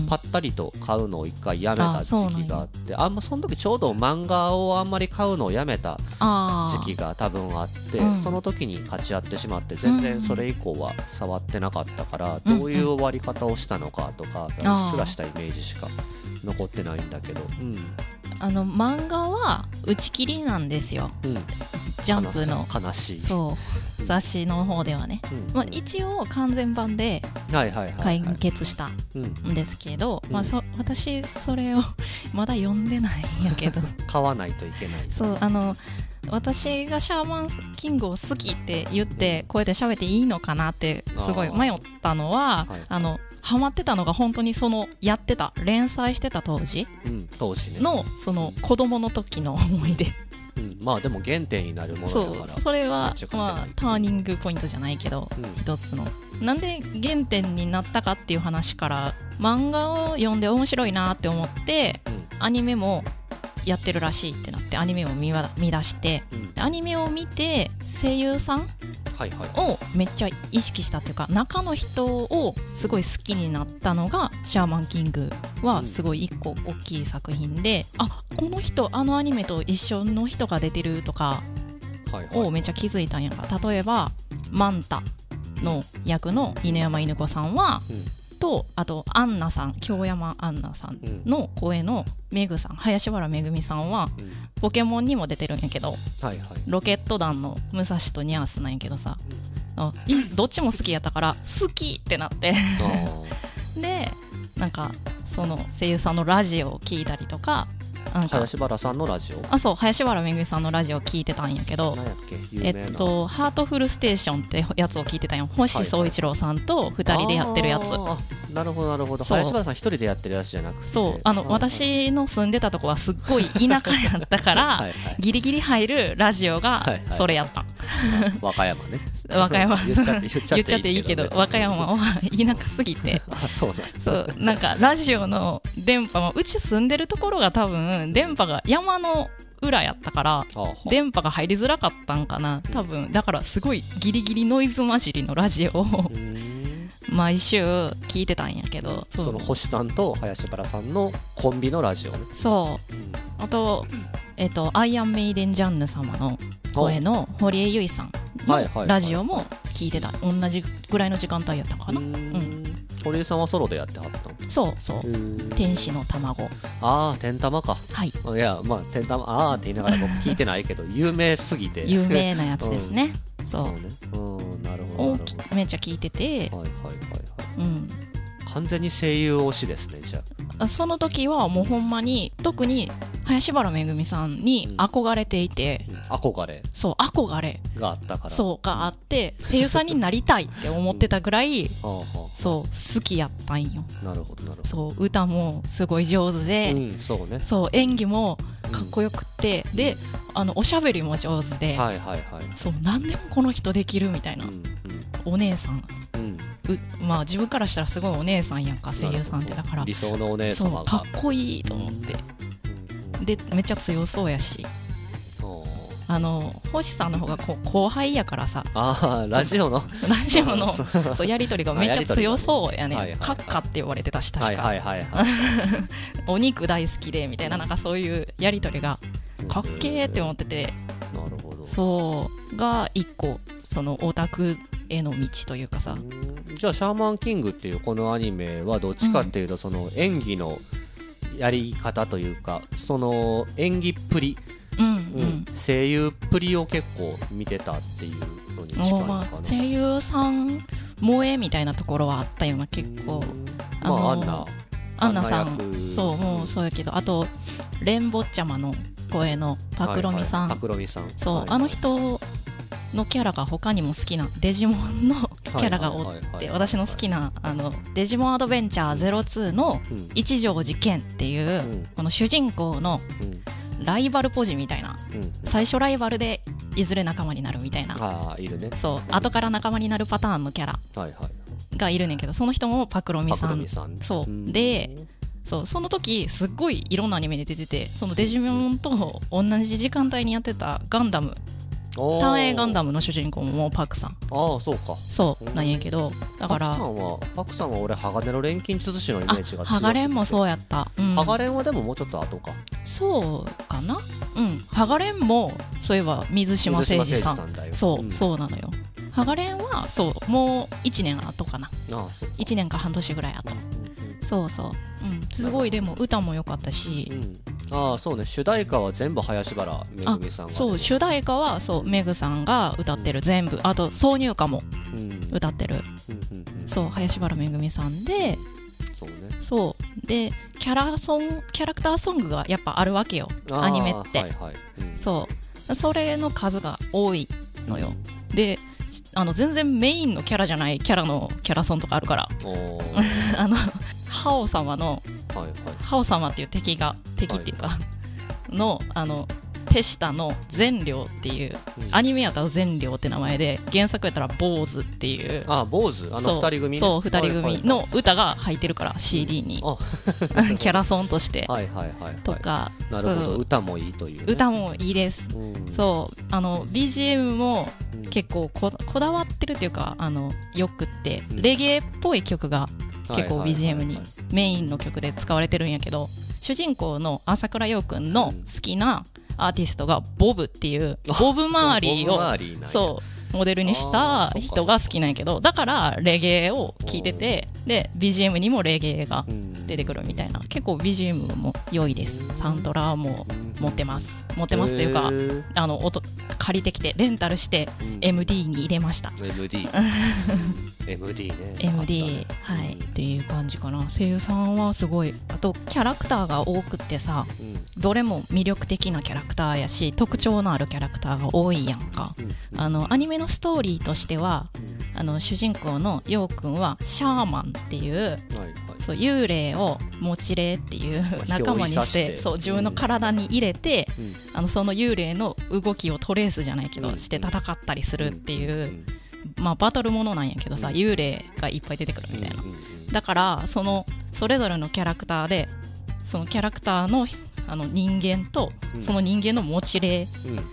[SPEAKER 2] ぱったりと買うのを一回やめた
[SPEAKER 1] あそう
[SPEAKER 2] 時期
[SPEAKER 1] なんや
[SPEAKER 2] があってあんまその時ちょうど漫画をあんまり買うのをやめた
[SPEAKER 1] あー
[SPEAKER 2] 時期が多分あって
[SPEAKER 1] うん
[SPEAKER 2] その時に勝ち合ってしまって全然それ以降は触ってなかったから、
[SPEAKER 1] うん
[SPEAKER 2] どういう終わり方をしたのかとか、うっすらしたイメージしか残ってないんだけど、うん
[SPEAKER 1] あの漫画は打ち切りなんですよ
[SPEAKER 2] うん、
[SPEAKER 1] ジャンプの
[SPEAKER 2] 悲しい
[SPEAKER 1] そう雑誌の方ではね、
[SPEAKER 2] うん、
[SPEAKER 1] まあ、一応完全版で
[SPEAKER 2] はいはいはい、はい
[SPEAKER 1] 解決した
[SPEAKER 2] うん、
[SPEAKER 1] んですけど、
[SPEAKER 2] うん
[SPEAKER 1] まあ、そ私それを まだ読んでないんや けど
[SPEAKER 2] 買わないといけない
[SPEAKER 1] そうあの私がシャーマンキングを好きって言って声で喋っていいのかなってすごい迷ったのは
[SPEAKER 2] あーはい
[SPEAKER 1] あのハマってたのが本当にそのやってた連載してた当時
[SPEAKER 2] うん、当時ね、
[SPEAKER 1] のその子供の時の思い出
[SPEAKER 2] うん、まあでも原点になるも
[SPEAKER 1] そ
[SPEAKER 2] のだから
[SPEAKER 1] うそれは
[SPEAKER 2] 間違ってない
[SPEAKER 1] まあターニングポイントじゃないけど
[SPEAKER 2] うん
[SPEAKER 1] 一つのなんで原点になったかっていう話から漫画を読んで面白いなって思ってアニメもやってるらしいってなってアニメも見わ見出して
[SPEAKER 2] うんうん
[SPEAKER 1] でアニメを見て声優さん
[SPEAKER 2] はいはい
[SPEAKER 1] をめっちゃ意識したっていうか中の人をすごい好きになったのが「シャーマンキング」はすごい一個大きい作品であこの人あのアニメと一緒の人が出てるとか
[SPEAKER 2] はいはい
[SPEAKER 1] をめっちゃ気づいたんやんか例えばマンタの役の犬山犬子さんは、とあとアンナさん京山アンナさん
[SPEAKER 2] うん
[SPEAKER 1] の声のメグさん林原めぐみさんは
[SPEAKER 2] うん
[SPEAKER 1] ポケモンにも出てるんやけど
[SPEAKER 2] はいはい
[SPEAKER 1] ロケット団の武蔵とニャースなんやけどさ、あい いどっちも好きやったから好き ってなって
[SPEAKER 2] あー
[SPEAKER 1] でなんかその声優さんのラジオを聞いたりとかなんか
[SPEAKER 2] 林原さんのラジオ
[SPEAKER 1] あそう林原めぐみさんのラジオを聞いてたんやけど
[SPEAKER 2] 何やっけ有
[SPEAKER 1] え
[SPEAKER 2] 名な、
[SPEAKER 1] っと、ハートフルステーションってやつを聞いてたよ星宗一郎さんと2人でやってるやつ、
[SPEAKER 2] あーなるほどなるほど
[SPEAKER 1] そう
[SPEAKER 2] 林原さん一人でやってるやつじゃなくて
[SPEAKER 1] そうあの、
[SPEAKER 2] はい
[SPEAKER 1] 私の住んでたとこはすっごい田舎やったから、
[SPEAKER 2] はいは い
[SPEAKER 1] ギリギリ入るラジオが
[SPEAKER 2] はいはい
[SPEAKER 1] それやった、
[SPEAKER 2] 和歌山ね
[SPEAKER 1] 和歌
[SPEAKER 2] 言
[SPEAKER 1] 山
[SPEAKER 2] っちゃって言っちゃって
[SPEAKER 1] 言っちゃっていいけど
[SPEAKER 2] 別に
[SPEAKER 1] 和歌山は 田舎すぎて
[SPEAKER 2] あそうだ
[SPEAKER 1] そうなんかラジオの電波もうち住んでるところが多分電波が山の裏やったから
[SPEAKER 2] あー
[SPEAKER 1] 電波が入りづらかったんかな多分だからすごいギリギリノイズ混じりのラジオを
[SPEAKER 2] うーん
[SPEAKER 1] 毎週聞いてたんやけどそう
[SPEAKER 2] その星さんと林原さんのコンビのラジオね、
[SPEAKER 1] そう
[SPEAKER 2] うん
[SPEAKER 1] あと,、えっとアイアンメイデンジャンヌ様の声の堀江由衣さん
[SPEAKER 2] はいはいは
[SPEAKER 1] の
[SPEAKER 2] い
[SPEAKER 1] ラジオも聞いてた同じぐらいの時間帯やったかな
[SPEAKER 2] うーん堀江さんはソロでやってはったの
[SPEAKER 1] そうそう天使の卵
[SPEAKER 2] ああ天玉か
[SPEAKER 1] はい
[SPEAKER 2] いやまあ天玉ああって言いながら僕聞いてないけ ど有名すぎて
[SPEAKER 1] 有名なやつですね、
[SPEAKER 2] そう
[SPEAKER 1] そ
[SPEAKER 2] ねうんなるほ
[SPEAKER 1] う
[SPEAKER 2] ど
[SPEAKER 1] を
[SPEAKER 2] なるほ
[SPEAKER 1] めっちゃ聞いてて、
[SPEAKER 2] どはいはいはいはい
[SPEAKER 1] うん、
[SPEAKER 2] 完全に声優推しですねじゃ
[SPEAKER 1] その時はもうほんまに特に林原めぐみさんに憧れていて、
[SPEAKER 2] あ、うん憧れ
[SPEAKER 1] そう憧れ
[SPEAKER 2] があったからう
[SPEAKER 1] そうがあって声優さんになりたいって思ってたぐらい
[SPEAKER 2] ああは
[SPEAKER 1] そう好きやったんよ
[SPEAKER 2] あなるほどなるほど
[SPEAKER 1] そう歌もすごい上手で、
[SPEAKER 2] うんそうね
[SPEAKER 1] そう演技もかっこよくって、であのおしゃべりも上手で、
[SPEAKER 2] はいはいはい
[SPEAKER 1] そう何でもこの人できるみたいな
[SPEAKER 2] うん
[SPEAKER 1] お姉さん
[SPEAKER 2] うんうん
[SPEAKER 1] うまあ自分からしたらすごいお姉さんやんか声優さんってだから
[SPEAKER 2] 理想のお姉
[SPEAKER 1] そう
[SPEAKER 2] 様
[SPEAKER 1] か
[SPEAKER 2] が
[SPEAKER 1] っこいいと思って
[SPEAKER 2] うん
[SPEAKER 1] でめっちゃ強そうやし
[SPEAKER 2] そう
[SPEAKER 1] あの星さんの方がこう後輩やからさ
[SPEAKER 2] ああラジオの
[SPEAKER 1] ラジオ の
[SPEAKER 2] そう
[SPEAKER 1] そうやり取りがめっちゃ強そうやね
[SPEAKER 2] あやり取りがねはいはいはい
[SPEAKER 1] 閣下って言われてたし確か、
[SPEAKER 2] はいはいはいはい
[SPEAKER 1] お肉大好きでみたいななんかそういうやり取りが かっけーって思ってて
[SPEAKER 2] なるほど
[SPEAKER 1] そうが一個そのオタクへの道というかさ
[SPEAKER 2] うんじゃあ「シャーマンキング」っていうこのアニメはどっちかっていうとその演技のやり方というかその演技っぷり、
[SPEAKER 1] うん
[SPEAKER 2] う
[SPEAKER 1] うんん、
[SPEAKER 2] 声優っぷりを結構見てたっていうのに近いの
[SPEAKER 1] お
[SPEAKER 2] かな、
[SPEAKER 1] まあ、声優さん萌えみたいなところはあったような結構
[SPEAKER 2] うん
[SPEAKER 1] あ
[SPEAKER 2] まあアン
[SPEAKER 1] の
[SPEAKER 2] ナ
[SPEAKER 1] アンナさ
[SPEAKER 2] アンナ
[SPEAKER 1] ん
[SPEAKER 2] 役
[SPEAKER 1] そうもうそうやけどあとレンボッチャマの声のパクロミさ
[SPEAKER 2] は
[SPEAKER 1] ん、
[SPEAKER 2] いはいパクロミさん
[SPEAKER 1] そう、
[SPEAKER 2] はい
[SPEAKER 1] あの人のキャラが他にも好きなデジモンのキャラがおって、
[SPEAKER 2] はいはいはいはい
[SPEAKER 1] 私の好きなあのデジモンアドベンチャー02の
[SPEAKER 2] うん
[SPEAKER 1] 一条事件っていう、
[SPEAKER 2] うん
[SPEAKER 1] この主人公の
[SPEAKER 2] うん
[SPEAKER 1] ライバルポジみたいな
[SPEAKER 2] うん
[SPEAKER 1] 最初ライバルでいずれ仲間になるみたいな、
[SPEAKER 2] ああいるね
[SPEAKER 1] そう後から仲間になるパターンのキャラ
[SPEAKER 2] はいはい
[SPEAKER 1] がいるねんけどその人もパクロミ
[SPEAKER 2] パク
[SPEAKER 1] さ
[SPEAKER 2] ロ
[SPEAKER 1] ん
[SPEAKER 2] ミさん
[SPEAKER 1] そうんでそうその時すっごいいろんなアニメに出ててそのデジモンと同じ時間帯にやってたガンダム
[SPEAKER 2] おー
[SPEAKER 1] 単影ガンダムの主人公ももうパクさん
[SPEAKER 2] ああそうか
[SPEAKER 1] そうなんやけどだか
[SPEAKER 2] パクさ
[SPEAKER 1] ら
[SPEAKER 2] んはパクさんは俺鋼の錬金術師のイメージが強すぎて
[SPEAKER 1] ハガレンもそうやった、うん、
[SPEAKER 2] ハガレンはでももうちょっと後か
[SPEAKER 1] そうかなうんハガレンもそういえば水島誠司さ
[SPEAKER 2] 水島
[SPEAKER 1] ん
[SPEAKER 2] 誠司だよ
[SPEAKER 1] そう、
[SPEAKER 2] ん
[SPEAKER 1] そうなのよハガレンはそうもう1年後かな
[SPEAKER 2] ああそう
[SPEAKER 1] 1年か半年ぐらい後そうそう、うん、すごいでも歌も良かったし、
[SPEAKER 2] うんうんああそうね主題歌は全部林原めぐみさんがね
[SPEAKER 1] そう主題歌はそうメグさんが歌ってる全部あと挿入歌も
[SPEAKER 2] うんうんうん
[SPEAKER 1] 歌ってる
[SPEAKER 2] うんうん
[SPEAKER 1] そう林原めぐみさんで
[SPEAKER 2] そうね
[SPEAKER 1] そうでキャラソンキャラクターソングがやっぱあるわけよ
[SPEAKER 2] ああ
[SPEAKER 1] アニメって、
[SPEAKER 2] はいはいうん
[SPEAKER 1] そうそれの数が多いのよであの全然メインのキャラじゃないキャラのキャラソンとかあるから
[SPEAKER 2] おーはい
[SPEAKER 1] あのハオ様の
[SPEAKER 2] はい
[SPEAKER 1] ハオ様っていう敵が敵っていうか、のあの手下の善良っていう
[SPEAKER 2] うん
[SPEAKER 1] アニメやったら善良って名前で原作やったら坊主っていう
[SPEAKER 2] ああ坊主あの
[SPEAKER 1] そう
[SPEAKER 2] 二人組ね
[SPEAKER 1] そう二人
[SPEAKER 2] はいはい
[SPEAKER 1] 組の歌が入ってるから CD に
[SPEAKER 2] あ
[SPEAKER 1] キャラソンとして
[SPEAKER 2] はいはいはいはい
[SPEAKER 1] とか
[SPEAKER 2] なるほど
[SPEAKER 1] そう
[SPEAKER 2] 歌もいいというね
[SPEAKER 1] 歌もいいです
[SPEAKER 2] うん
[SPEAKER 1] そうあの BGM も
[SPEAKER 2] うん
[SPEAKER 1] 結構ここだわってるっていうかあのよくって
[SPEAKER 2] うん
[SPEAKER 1] レゲエっぽい曲が結構
[SPEAKER 2] はいはいはい
[SPEAKER 1] BGM にメインの曲で使われてるんやけど主人公の朝倉陽君の好きなアーティストがボブっ ていうボブ周り
[SPEAKER 2] ボ
[SPEAKER 1] を
[SPEAKER 2] ブ周りなんや
[SPEAKER 1] そうモデルにし
[SPEAKER 2] あー
[SPEAKER 1] た
[SPEAKER 2] そっか
[SPEAKER 1] 人が好きなんやけどだからレゲエを聴いててで BGM にもレゲエが
[SPEAKER 2] うん
[SPEAKER 1] 出てくるみたいな結構 BGM も良いですサントラも持ってます持ってますというか
[SPEAKER 2] へー
[SPEAKER 1] あの音借りてきてレンタルして
[SPEAKER 2] うん
[SPEAKER 1] MD に入れました
[SPEAKER 2] MD MD ね
[SPEAKER 1] MD
[SPEAKER 2] あった
[SPEAKER 1] は
[SPEAKER 2] ね
[SPEAKER 1] いっていう感じかな声優さんはすごいあとキャラクターが多くってさ
[SPEAKER 2] うん
[SPEAKER 1] どれも魅力的なキャラクターやし特徴のあるキャラクターが多いやんか
[SPEAKER 2] うん
[SPEAKER 1] あのアニメのストーリーとしては
[SPEAKER 2] うん
[SPEAKER 1] あの主人公のようくんはシャーマンっていう
[SPEAKER 2] はいはい
[SPEAKER 1] そう幽霊を持ち霊っていう
[SPEAKER 2] あ
[SPEAKER 1] 仲間
[SPEAKER 2] 憑依
[SPEAKER 1] に
[SPEAKER 2] さ
[SPEAKER 1] し
[SPEAKER 2] せ
[SPEAKER 1] て
[SPEAKER 2] て
[SPEAKER 1] そう自分の体に入れて、
[SPEAKER 2] うん
[SPEAKER 1] あのその幽霊の動きをトレースじゃないけど、
[SPEAKER 2] うん
[SPEAKER 1] して戦ったりするっていう、
[SPEAKER 2] ん
[SPEAKER 1] まあ、バトルものなんやけどさ、
[SPEAKER 2] うん
[SPEAKER 1] 幽霊がいっぱい出てくるみたいな、
[SPEAKER 2] うんうん
[SPEAKER 1] だからそのそれぞれのキャラクターでそのキャラクターのあの人間と、
[SPEAKER 2] うん
[SPEAKER 1] その人間の持ち霊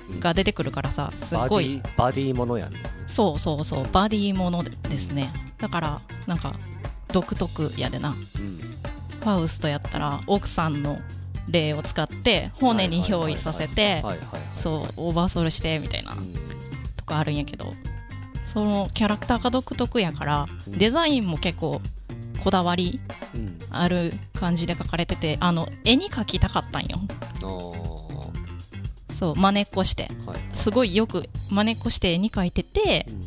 [SPEAKER 2] うんうん
[SPEAKER 1] が出てくるからさすっ
[SPEAKER 2] バデ
[SPEAKER 1] ごい
[SPEAKER 2] ィバディものやね
[SPEAKER 1] そうそうそうバディものですねだからなんか独特やでな
[SPEAKER 2] うん
[SPEAKER 1] ファウストやったら奥さんの霊を使って骨に憑依させて
[SPEAKER 2] はいはいはい
[SPEAKER 1] そうオーバーソウルしてみたいな
[SPEAKER 2] うん
[SPEAKER 1] とかあるんやけどそのキャラクターが独特やから
[SPEAKER 2] うん
[SPEAKER 1] デザインも結構こだわり
[SPEAKER 2] うん
[SPEAKER 1] ある感じで描かれててあの絵に描きたかったんよ
[SPEAKER 2] あー
[SPEAKER 1] そう真似っこして
[SPEAKER 2] はい
[SPEAKER 1] すごいよく真似っこして絵に描いてて
[SPEAKER 2] うん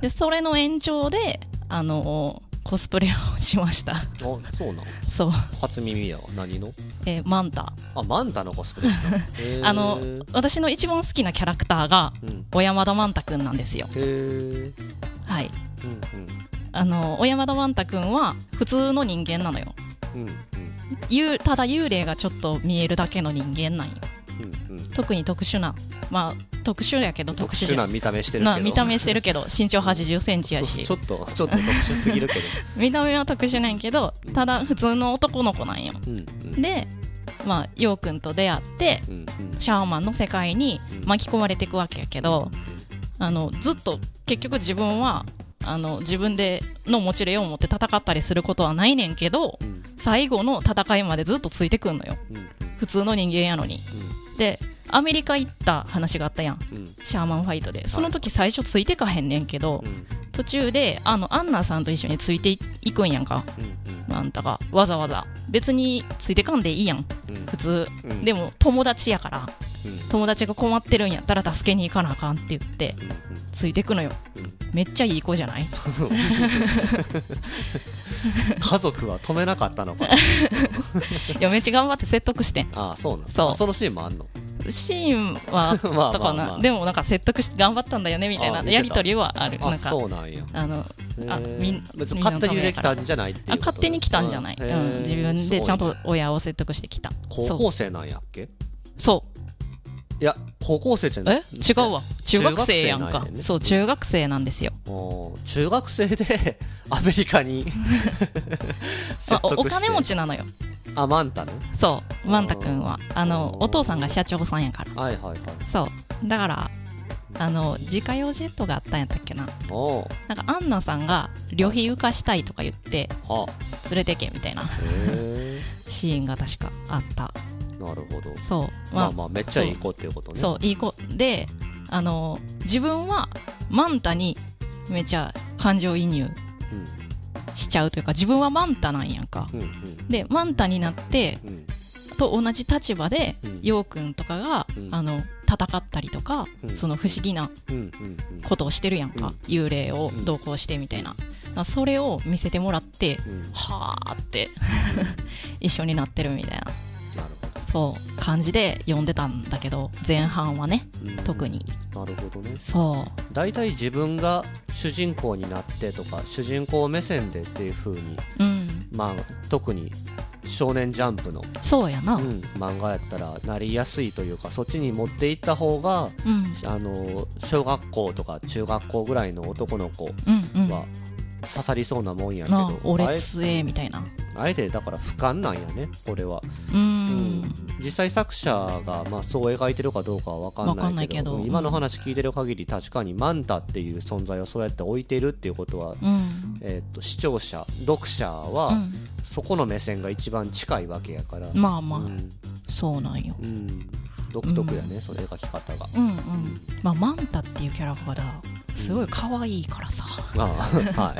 [SPEAKER 1] でそれの延長であのコスプレをしました
[SPEAKER 2] あそうなの
[SPEAKER 1] そう、
[SPEAKER 2] 初耳やわ何の
[SPEAKER 1] えーマンタ
[SPEAKER 2] あマンタのコスプレした へー
[SPEAKER 1] あの私の一番好きなキャラクターが
[SPEAKER 2] うん
[SPEAKER 1] 小山田万太くんなんですよ。
[SPEAKER 2] へー
[SPEAKER 1] はい。
[SPEAKER 2] うん
[SPEAKER 1] あの小山田万太くんは普通の人間なのよ。
[SPEAKER 2] うんうん
[SPEAKER 1] 幽ただ幽霊がちょっと見えるだけの人間なんよ。
[SPEAKER 2] うんうん
[SPEAKER 1] 特に特殊な、まあ特殊やけど
[SPEAKER 2] 特
[SPEAKER 1] 特殊
[SPEAKER 2] 殊
[SPEAKER 1] で
[SPEAKER 2] な見た目してるけど
[SPEAKER 1] な見た目して るけど身長80センチやし
[SPEAKER 2] ちょ、ちょっとちょっと特殊すぎ るけど
[SPEAKER 1] 見た目は特殊なんやけど、ただ普通の男の子なんよ。
[SPEAKER 2] うんうん
[SPEAKER 1] で、まあ、ヨウくんと出会って
[SPEAKER 2] うんうん
[SPEAKER 1] シャーマンの世界に巻き込まれていくわけやけどあのずっと結局自分はあの自分での持ち霊を持って戦ったりすることはないねんけど
[SPEAKER 2] うんうん
[SPEAKER 1] 最後の戦いまでずっとついてくんのよ
[SPEAKER 2] うんうん
[SPEAKER 1] 普通の人間やのにでアメリカ行った話があったやん
[SPEAKER 2] うん
[SPEAKER 1] シャーマンファイトでその時最初ついてかへんねんけど
[SPEAKER 2] うん
[SPEAKER 1] 途中であのアンナさんと一緒についていいくんやんかあんたがわざわざ別についてかんでいいやん普通
[SPEAKER 2] うんうん
[SPEAKER 1] でも友達やから
[SPEAKER 2] うん
[SPEAKER 1] 友達が困ってるんやったら助けに行かなあかんって言って
[SPEAKER 2] うんうん
[SPEAKER 1] ついてくのよ
[SPEAKER 2] う
[SPEAKER 1] めっちゃいい子じゃない
[SPEAKER 2] ん家族は止めなかったのか
[SPEAKER 1] いやめっちゃ頑張って説得してん
[SPEAKER 2] ああそうなの
[SPEAKER 1] そう
[SPEAKER 2] あそのシーンもあんの
[SPEAKER 1] シーンは
[SPEAKER 2] まあまあ
[SPEAKER 1] とか
[SPEAKER 2] ま
[SPEAKER 1] な
[SPEAKER 2] あ
[SPEAKER 1] でもなんか説得して頑張ったんだよねみたい
[SPEAKER 2] あ
[SPEAKER 1] な
[SPEAKER 2] 見てた
[SPEAKER 1] やりとりはあるな
[SPEAKER 2] あ
[SPEAKER 1] んか
[SPEAKER 2] そうなんや
[SPEAKER 1] あのあ
[SPEAKER 2] へえ
[SPEAKER 1] みん
[SPEAKER 2] 別に勝手に出てきたんじゃないっていうこ
[SPEAKER 1] あ
[SPEAKER 2] と
[SPEAKER 1] 勝手に来たんじゃな
[SPEAKER 2] へ
[SPEAKER 1] い、
[SPEAKER 2] え
[SPEAKER 1] うん、自分でちゃん
[SPEAKER 2] そう
[SPEAKER 1] と親を説得してきた
[SPEAKER 2] 高校生なんやっけ
[SPEAKER 1] そう
[SPEAKER 2] いや高校生じゃな
[SPEAKER 1] え
[SPEAKER 2] い
[SPEAKER 1] 違うわ中学生やん
[SPEAKER 2] 中学生な
[SPEAKER 1] か
[SPEAKER 2] んやね
[SPEAKER 1] そう中学生なんですよ
[SPEAKER 2] もう中学生でアメリカに
[SPEAKER 1] ま
[SPEAKER 2] 説
[SPEAKER 1] あお
[SPEAKER 2] 得して
[SPEAKER 1] お金持ちなのよ
[SPEAKER 2] あマンタね
[SPEAKER 1] そう万太くんはあの
[SPEAKER 2] おー
[SPEAKER 1] お父さんが社長さんやから
[SPEAKER 2] はいはいはい
[SPEAKER 1] そうだからあの自家用ジェットがあったんやったっけな
[SPEAKER 2] おう
[SPEAKER 1] なんかアンナさんが旅費浮かしたいとか言って
[SPEAKER 2] はあ
[SPEAKER 1] 連れてけみた いな
[SPEAKER 2] へ
[SPEAKER 1] シーンが確かあった
[SPEAKER 2] えなるほど
[SPEAKER 1] そう
[SPEAKER 2] ま
[SPEAKER 1] ま
[SPEAKER 2] あ
[SPEAKER 1] あ
[SPEAKER 2] まあめっちゃいい子っていうことね
[SPEAKER 1] そういい子であの自分はマンタにめちゃ感情移入
[SPEAKER 2] うん
[SPEAKER 1] しちゃうというか自分はマンタなんやんか
[SPEAKER 2] うん
[SPEAKER 1] でマンタになって
[SPEAKER 2] うんうん
[SPEAKER 1] と同じ立場で
[SPEAKER 2] うん
[SPEAKER 1] ヨウくんとかが、
[SPEAKER 2] うん
[SPEAKER 1] あの戦ったりとか、
[SPEAKER 2] うん
[SPEAKER 1] その不思議な
[SPEAKER 2] うんうんうん
[SPEAKER 1] ことをしてるやんか、幽霊を同行してみたいな、まあそれを見せてもらって
[SPEAKER 2] うん
[SPEAKER 1] はあって 一緒になってるみたいな
[SPEAKER 2] なるほ
[SPEAKER 1] そう感じで読んでたんだけど前半はね
[SPEAKER 2] どうん
[SPEAKER 1] 特に
[SPEAKER 2] なるほどね
[SPEAKER 1] そ
[SPEAKER 2] 大体自分が主人公になってとか主人公目線でっていう風に
[SPEAKER 1] ううん
[SPEAKER 2] まあ特に少年ジャンプの、
[SPEAKER 1] そうやな
[SPEAKER 2] う、ん漫画やったらなりやすいというかそっちに持っていった方が
[SPEAKER 1] うん、
[SPEAKER 2] あの小学校とか中学校ぐらいの男の子
[SPEAKER 1] うんうん
[SPEAKER 2] は刺さりそうなもんやけど、
[SPEAKER 1] なあ俺
[SPEAKER 2] あえ
[SPEAKER 1] つえみたいな
[SPEAKER 2] あえてだから俯瞰なんやねこれは、
[SPEAKER 1] うー
[SPEAKER 2] うん実際作者が、まあ、そう描いてるかどうかは分かんないけど
[SPEAKER 1] わかんないけど
[SPEAKER 2] 今の話聞いてる限り確かにマンタっていう存在をそうやって置いてるっていうことは、
[SPEAKER 1] うん
[SPEAKER 2] えー、と視聴者読者は、そこの目線が一番近いわけやから、
[SPEAKER 1] うんまあまあ、
[SPEAKER 2] うん
[SPEAKER 1] そうなんよ
[SPEAKER 2] うん独特やね、その描き方が。
[SPEAKER 1] うんうんまあマンタっていうキャラクターすごい可愛いからさ
[SPEAKER 2] あ あはい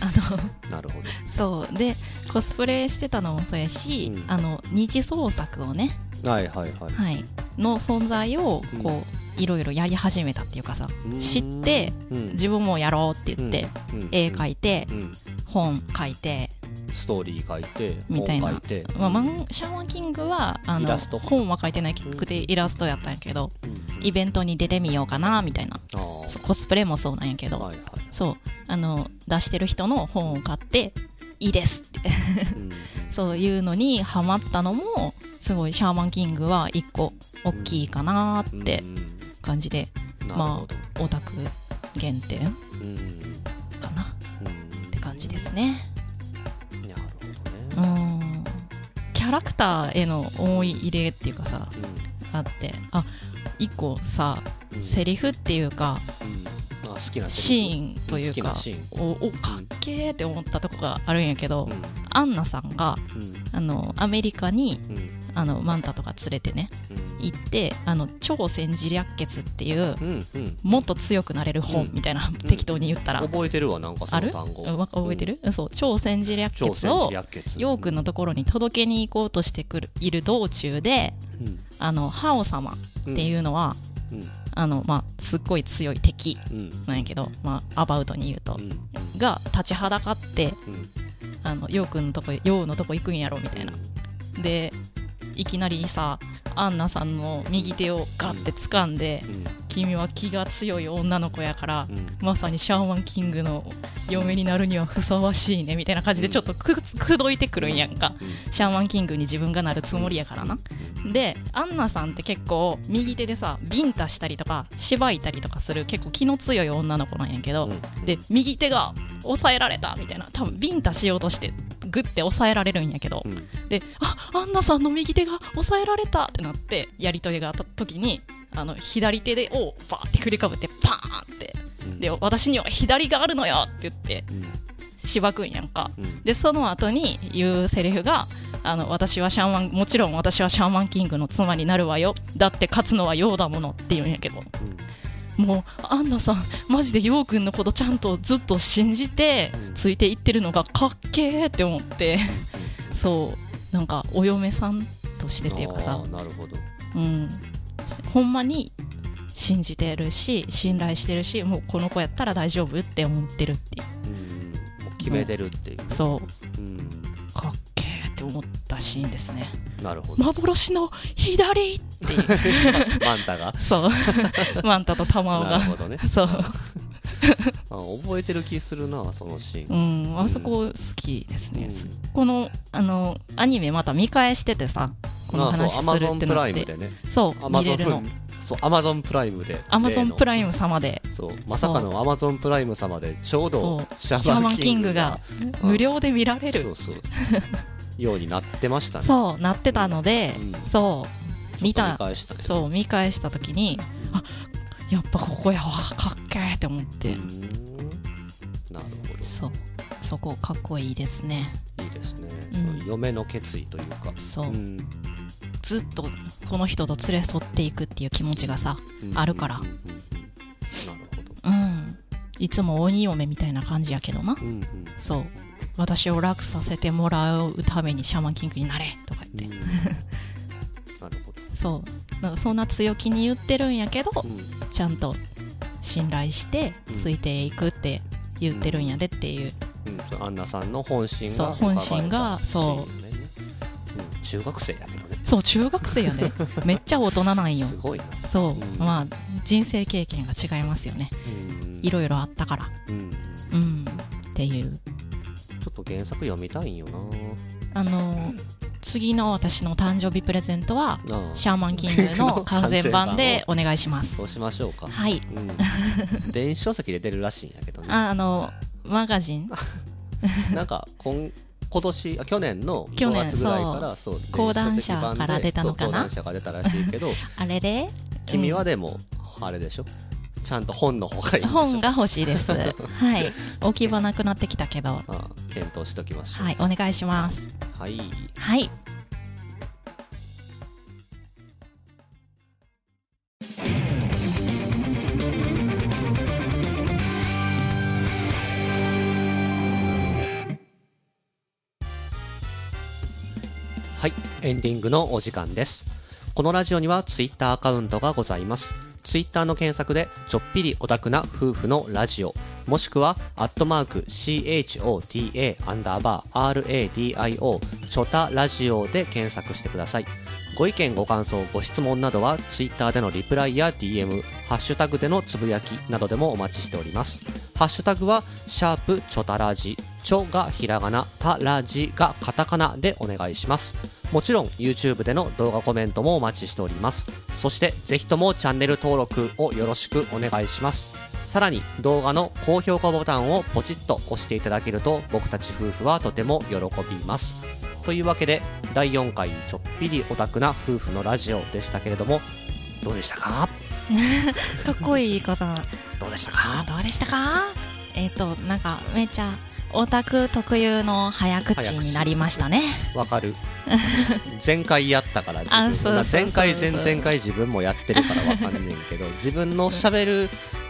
[SPEAKER 1] あの
[SPEAKER 2] なるほど、
[SPEAKER 1] そうでコスプレしてたのもそうやし、
[SPEAKER 2] うん
[SPEAKER 1] あの二次創作をね、
[SPEAKER 2] はいはいはい、
[SPEAKER 1] はい、の存在をこう、
[SPEAKER 2] うん
[SPEAKER 1] いろいろやり始めたっていうかさ
[SPEAKER 2] うん
[SPEAKER 1] 知って、
[SPEAKER 2] うん
[SPEAKER 1] 自分もやろうって言って、
[SPEAKER 2] うんうん
[SPEAKER 1] 絵描いて、
[SPEAKER 2] うん
[SPEAKER 1] 本書いて、
[SPEAKER 2] ストーリー書いて
[SPEAKER 1] みたいな
[SPEAKER 2] 本書いて、
[SPEAKER 1] まあ、マンシャーマンキングはあ
[SPEAKER 2] イ
[SPEAKER 1] の
[SPEAKER 2] ラスト
[SPEAKER 1] 本は書いてないくてイラストやったんやけど、
[SPEAKER 2] うんうん
[SPEAKER 1] イベントに出てみようかなみたいな
[SPEAKER 2] あー
[SPEAKER 1] そうコスプレもそうなんやけど、
[SPEAKER 2] はいはい
[SPEAKER 1] そうあの出してる人の本を買っていいですって
[SPEAKER 2] うん
[SPEAKER 1] そういうのにハマったのもすごいシャーマンキングは一個大きいかなーって
[SPEAKER 2] うん
[SPEAKER 1] 感じで、
[SPEAKER 2] なる
[SPEAKER 1] ま
[SPEAKER 2] ほど、
[SPEAKER 1] あオタク原点
[SPEAKER 2] うんうん
[SPEAKER 1] かなって感じですね
[SPEAKER 2] なるほど
[SPEAKER 1] う
[SPEAKER 2] ね、
[SPEAKER 1] んキャラクターへの思い入れっていうかさあってあ一個さ
[SPEAKER 2] うんうん
[SPEAKER 1] セリフっていうか
[SPEAKER 2] うんあ好きな
[SPEAKER 1] シ
[SPEAKER 2] ン
[SPEAKER 1] ーンという
[SPEAKER 2] 好きな
[SPEAKER 1] か
[SPEAKER 2] シーン
[SPEAKER 1] おおかっけーって思ったとこがあるんやけど、
[SPEAKER 2] う
[SPEAKER 1] アンナさんが
[SPEAKER 2] んうん
[SPEAKER 1] あのアメリカに
[SPEAKER 2] うん
[SPEAKER 1] あのマンタとか連れてね行ってあの超戦時略決っていう
[SPEAKER 2] うんうんうん
[SPEAKER 1] もっと強くなれる本みたいな、適当に言ったら、
[SPEAKER 2] 覚えてるわなんかそ
[SPEAKER 1] あ
[SPEAKER 2] の
[SPEAKER 1] る
[SPEAKER 2] 単語
[SPEAKER 1] うんわ覚えてる、うんそう超戦時略
[SPEAKER 2] 朝
[SPEAKER 1] 決
[SPEAKER 2] 鮮
[SPEAKER 1] を
[SPEAKER 2] 薬血
[SPEAKER 1] ヨー君のところに届けに行こうとしてくるいる道中であのハオ様って
[SPEAKER 2] う
[SPEAKER 1] いうのは、
[SPEAKER 2] うん
[SPEAKER 1] あのまあ、すっごい強い敵
[SPEAKER 2] んうん
[SPEAKER 1] なんやけど、まあ、アバウトに言うと、
[SPEAKER 2] うん
[SPEAKER 1] が立ちはだかって
[SPEAKER 2] うんうん
[SPEAKER 1] あのヨウ君のとこヨウのとこ行くんやろみたいなでいきなりさアンナさんの右手をガッて掴んで、
[SPEAKER 2] うん
[SPEAKER 1] 君は気が強い女の子やから、
[SPEAKER 2] うん
[SPEAKER 1] まさにシャーマンキングの嫁になるにはふさわしいねみたいな感じでちょっとくくどいてくるんやんかシャーマンキングに自分がなるつもりやからなでアンナさんって結構右手でさビンタしたりとかしばいたりとかする結構気の強い女の子なんやけど、
[SPEAKER 2] うん
[SPEAKER 1] で右手が抑えられたみたいな多分ビンタしようとしてグッて押さえられるんやけど、
[SPEAKER 2] うん
[SPEAKER 1] であアンナさんの右手が押さえられたってなってやり取りがあった時にあの左手でをバーって振りかぶってパーンって
[SPEAKER 2] うん
[SPEAKER 1] で私には左があるのよって言って
[SPEAKER 2] うん
[SPEAKER 1] しばくんやんか
[SPEAKER 2] うん
[SPEAKER 1] でその後に言うセリフがあの私はシャーマンもちろん私はシャーマンキングの妻になるわよだって勝つのはようだものって言うんやけど
[SPEAKER 2] うん
[SPEAKER 1] もうアンナさんマジでようくんのことちゃんとずっと信じて
[SPEAKER 2] うん
[SPEAKER 1] ついていってるのがかっけーって思ってそうなんかお嫁さんとしてっていうかさ
[SPEAKER 2] あーなるほど
[SPEAKER 1] うん、ほんまに信じてるし信頼してるしもうこの子やったら大丈夫って思ってるってい
[SPEAKER 2] うんもう決めてるっていう
[SPEAKER 1] うそう
[SPEAKER 2] うん
[SPEAKER 1] かっけーって思ったシーンですね
[SPEAKER 2] なるほど
[SPEAKER 1] 幻の左っていう
[SPEAKER 2] マンタが
[SPEAKER 1] そうマンタとタマオ
[SPEAKER 2] なる
[SPEAKER 1] が
[SPEAKER 2] ほどね
[SPEAKER 1] そう、
[SPEAKER 2] あ覚えてる気するなそのシーン
[SPEAKER 1] うん、あそこ好きですね、
[SPEAKER 2] うん
[SPEAKER 1] このあのアニメまた見返しててさこの話す
[SPEAKER 2] あ
[SPEAKER 1] る
[SPEAKER 2] そう Amazon
[SPEAKER 1] っ
[SPEAKER 2] プ
[SPEAKER 1] てな
[SPEAKER 2] ラ
[SPEAKER 1] っ
[SPEAKER 2] イム
[SPEAKER 1] て
[SPEAKER 2] でね
[SPEAKER 1] そう見れるの
[SPEAKER 2] Amazon そう Amazon プライムで
[SPEAKER 1] アマゾ
[SPEAKER 2] 例
[SPEAKER 1] ン
[SPEAKER 2] の
[SPEAKER 1] プライム様で
[SPEAKER 2] そうまさかの Amazon プライム様でちょうど
[SPEAKER 1] そ
[SPEAKER 2] シャ
[SPEAKER 1] シャ
[SPEAKER 2] ー
[SPEAKER 1] ー
[SPEAKER 2] マ
[SPEAKER 1] マ
[SPEAKER 2] ン
[SPEAKER 1] ン
[SPEAKER 2] キ
[SPEAKER 1] キ
[SPEAKER 2] ン
[SPEAKER 1] ン
[SPEAKER 2] グ
[SPEAKER 1] グ
[SPEAKER 2] が
[SPEAKER 1] が
[SPEAKER 2] うん
[SPEAKER 1] 無料で見られる
[SPEAKER 2] そうそうようになってましたね
[SPEAKER 1] そうなってたので、
[SPEAKER 2] うん
[SPEAKER 1] そう見
[SPEAKER 2] ちょっと
[SPEAKER 1] た
[SPEAKER 2] 見返したね
[SPEAKER 1] そう見返した時に
[SPEAKER 2] うん
[SPEAKER 1] あやっぱここやわかっけーって思って、
[SPEAKER 2] うーんなるほど
[SPEAKER 1] そうそこかっこいいですね
[SPEAKER 2] いいですね、
[SPEAKER 1] うん
[SPEAKER 2] そう嫁の決意というか
[SPEAKER 1] そう、
[SPEAKER 2] うん
[SPEAKER 1] ずっとこの人と連れ添っていくっていう気持ちがさ
[SPEAKER 2] うん
[SPEAKER 1] あるから
[SPEAKER 2] うんうんうんなるほど
[SPEAKER 1] うんいつも鬼嫁みたいな感じやけどな
[SPEAKER 2] うんうん
[SPEAKER 1] そう私を楽させてもらうためにシャーマンキングになれとか
[SPEAKER 2] う
[SPEAKER 1] 言っ
[SPEAKER 2] ん
[SPEAKER 1] て、
[SPEAKER 2] なるほど
[SPEAKER 1] そうなんかそんな強気に言ってるんやけど、
[SPEAKER 2] う
[SPEAKER 1] ちゃんと信頼して
[SPEAKER 2] うん
[SPEAKER 1] ついていくって言ってるんやでっていう、
[SPEAKER 2] んうんそうアンナさんの本心
[SPEAKER 1] そう
[SPEAKER 2] が
[SPEAKER 1] 本心がそう
[SPEAKER 2] う、ねうん、中学生やけどね
[SPEAKER 1] そう中学生やね めっちゃ大人なんよ
[SPEAKER 2] すごいな
[SPEAKER 1] そう、
[SPEAKER 2] うん
[SPEAKER 1] まあ人生経験が違いますよね
[SPEAKER 2] うん
[SPEAKER 1] いろいろあったから
[SPEAKER 2] うん
[SPEAKER 1] うんっていう
[SPEAKER 2] ちょっと原作読みたいんよな
[SPEAKER 1] あのー次の私の誕生日プレゼントは
[SPEAKER 2] なあ
[SPEAKER 1] シャーマンキングの 完全版でお願いしま
[SPEAKER 2] そ
[SPEAKER 1] す
[SPEAKER 2] うしましょうか、
[SPEAKER 1] はい
[SPEAKER 2] うん、電子書籍で出るらしいんやけどね
[SPEAKER 1] ああのマガジン
[SPEAKER 2] なんか今今年あ去年の
[SPEAKER 1] 去
[SPEAKER 2] 5
[SPEAKER 1] 年
[SPEAKER 2] 月ぐらいからそう
[SPEAKER 1] 講談
[SPEAKER 2] 電子書
[SPEAKER 1] 社
[SPEAKER 2] 籍版で
[SPEAKER 1] から出たのかな
[SPEAKER 2] そう講談社が出たらしいけ ど
[SPEAKER 1] あれで
[SPEAKER 2] 君はでもあれでしょちゃんと本の方がいいんでしょ
[SPEAKER 1] 本が欲しいですはい置き場なくなってきたけど
[SPEAKER 2] ああ検討しときましょう
[SPEAKER 1] はいお願いします
[SPEAKER 2] はい、
[SPEAKER 1] はい
[SPEAKER 2] はい、エンディングのお時間ですこのラジオにはツイッターアカウントがございますツイッターの検索でちょっぴりオタクな夫婦のラジオもしくはアットマーク CHOTA アンダーバー RADIO チョタラジオで検索してくださいご意見ご感想ご質問などはツイッターでのリプライや DM ハッシュタグでのつぶやきなどでもお待ちしておりますハッシュタグはシャープチョタラジチョがひらがなタラジがカタカナでお願いしますもちろん YouTube での動画コメントもお待ちしておりますそしてぜひともチャンネル登録をよろしくお願いしますさらに動画の高評価ボタンをポチッと押していただけると僕たち夫婦はとても喜びますというわけで第4回ちょっぴりオタクな夫婦のラジオでしたけれどもどうでしたか
[SPEAKER 1] かっこいい方
[SPEAKER 2] どうでしたか
[SPEAKER 1] どうでしたかえっ、となんかめっちゃオタク特有の早口になりましたね
[SPEAKER 2] わか る前回やったから
[SPEAKER 1] あ
[SPEAKER 2] 自
[SPEAKER 1] そう
[SPEAKER 2] 分
[SPEAKER 1] そうそう
[SPEAKER 2] 前回前々回自分もやってるからわかんねん けど自分のしゃべる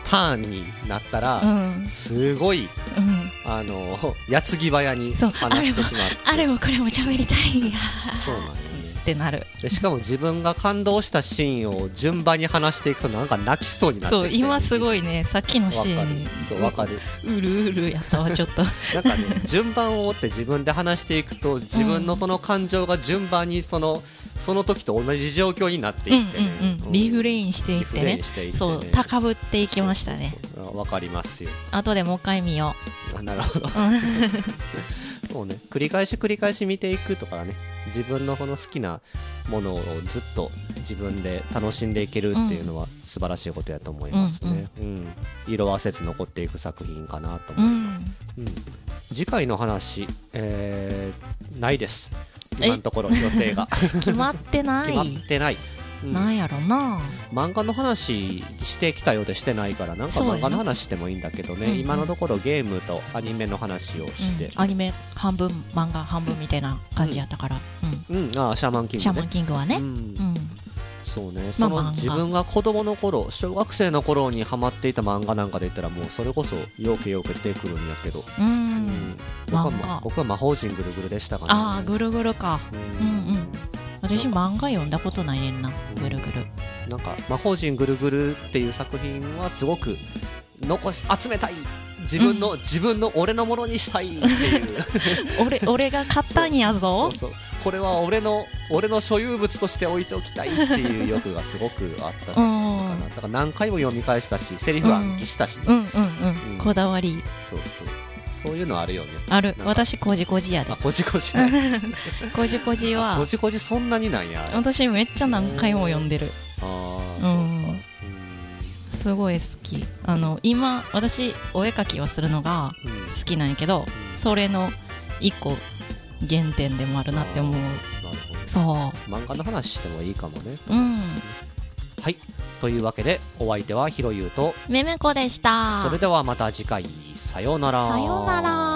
[SPEAKER 2] ターンになった
[SPEAKER 1] うん
[SPEAKER 2] ら、すごい
[SPEAKER 1] うん
[SPEAKER 2] あの矢継ぎ早に
[SPEAKER 1] そう
[SPEAKER 2] 話してしまって
[SPEAKER 1] あれもこれも喋りたいや
[SPEAKER 2] そうなんだよね
[SPEAKER 1] ってなる
[SPEAKER 2] でしかも自分が感動したシーンを順番に話していくとなんか泣きそうになって
[SPEAKER 1] そう今す
[SPEAKER 2] い
[SPEAKER 1] ごいねさっきの
[SPEAKER 2] わ
[SPEAKER 1] シ
[SPEAKER 2] かる
[SPEAKER 1] ーン
[SPEAKER 2] そうわかる
[SPEAKER 1] うるうるやったわちょっ と
[SPEAKER 2] なんかね 順番を追って自分で話していくと自分のその感情が順番にそのその時と同じ状況になって
[SPEAKER 1] うんう
[SPEAKER 2] い
[SPEAKER 1] ん
[SPEAKER 2] ってね、
[SPEAKER 1] うんリフレインしてい
[SPEAKER 2] リ
[SPEAKER 1] っ
[SPEAKER 2] フ
[SPEAKER 1] て
[SPEAKER 2] レイ
[SPEAKER 1] ね
[SPEAKER 2] ンしていってね
[SPEAKER 1] そう高ぶっていきましたね
[SPEAKER 2] そうそうわかりますよ
[SPEAKER 1] 後でもう一回見よ
[SPEAKER 2] あなるほど
[SPEAKER 1] ううん
[SPEAKER 2] そうね繰り返し繰り返し見ていくとかね自分のこの好きなものをずっと自分で楽しんでいけるっていうのは素晴らしいことやと思いますね、うん色あせず残っていく作品かなと
[SPEAKER 1] う
[SPEAKER 2] 思います、
[SPEAKER 1] ん
[SPEAKER 2] うん次回の話、えーないです
[SPEAKER 1] え
[SPEAKER 2] 今のところ予定 が
[SPEAKER 1] 決まってな
[SPEAKER 2] 決
[SPEAKER 1] い
[SPEAKER 2] まってない、うん
[SPEAKER 1] なんやろな
[SPEAKER 2] 漫画の話してきたようでしてないからなんか
[SPEAKER 1] そうやな
[SPEAKER 2] 漫画の話してもいいんだけどね、
[SPEAKER 1] うんうん
[SPEAKER 2] 今のところゲームとアニメの話をして
[SPEAKER 1] うん、アニメ半分漫画半分みたいな感じやったから、うん
[SPEAKER 2] うん、あーシャーマンキ
[SPEAKER 1] シャ
[SPEAKER 2] ン
[SPEAKER 1] ー
[SPEAKER 2] グ
[SPEAKER 1] マン
[SPEAKER 2] ね
[SPEAKER 1] キングはね、
[SPEAKER 2] うん
[SPEAKER 1] うん
[SPEAKER 2] そうねそ
[SPEAKER 1] まあ漫画
[SPEAKER 2] の自分が子供の頃小学生の頃にハマっていた漫画なんかで言ったらもうそれこそよけよけ出てくるんやけど、
[SPEAKER 1] うん
[SPEAKER 2] うん僕は
[SPEAKER 1] 漫画
[SPEAKER 2] ま僕は魔法陣ぐるぐるでしたから、
[SPEAKER 1] ああぐるぐるか
[SPEAKER 2] うん
[SPEAKER 1] うんうん私漫画読んだことないねんなぐるぐる
[SPEAKER 2] なんか「魔法陣ぐるぐる」っていう作品はすごく残し集めたい自分の、自分の俺のものにしたいっていう
[SPEAKER 1] 俺俺が買ったんや
[SPEAKER 2] そ
[SPEAKER 1] ぞ
[SPEAKER 2] うそうこれは俺の俺の所有物として置いておきたいっていう欲がすごくあった
[SPEAKER 1] う
[SPEAKER 2] か
[SPEAKER 1] んう
[SPEAKER 2] な、
[SPEAKER 1] ん
[SPEAKER 2] だから何回も読み返したしセリフ暗記したし、
[SPEAKER 1] うん
[SPEAKER 2] う
[SPEAKER 1] うん
[SPEAKER 2] ん
[SPEAKER 1] こだわり
[SPEAKER 2] そうそうそういうのあるよね
[SPEAKER 1] ある
[SPEAKER 2] か
[SPEAKER 1] 私こじこじやで
[SPEAKER 2] あこじこじね
[SPEAKER 1] こじこじは
[SPEAKER 2] こじこじそんなになんやあれ
[SPEAKER 1] 私めっちゃ何回も読んでる
[SPEAKER 2] あーそうか
[SPEAKER 1] うんすごい好きあの今私お絵描きをするのが
[SPEAKER 2] うんうん
[SPEAKER 1] 好きなんやけどそれの一個原点でもあるなって思う
[SPEAKER 2] なるほど
[SPEAKER 1] そ
[SPEAKER 2] 漫画の話してもいいかもね
[SPEAKER 1] ううん
[SPEAKER 2] はいというわけでお相手はひろゆうと
[SPEAKER 1] めめこでした
[SPEAKER 2] それではまた次回さようなら
[SPEAKER 1] さようなら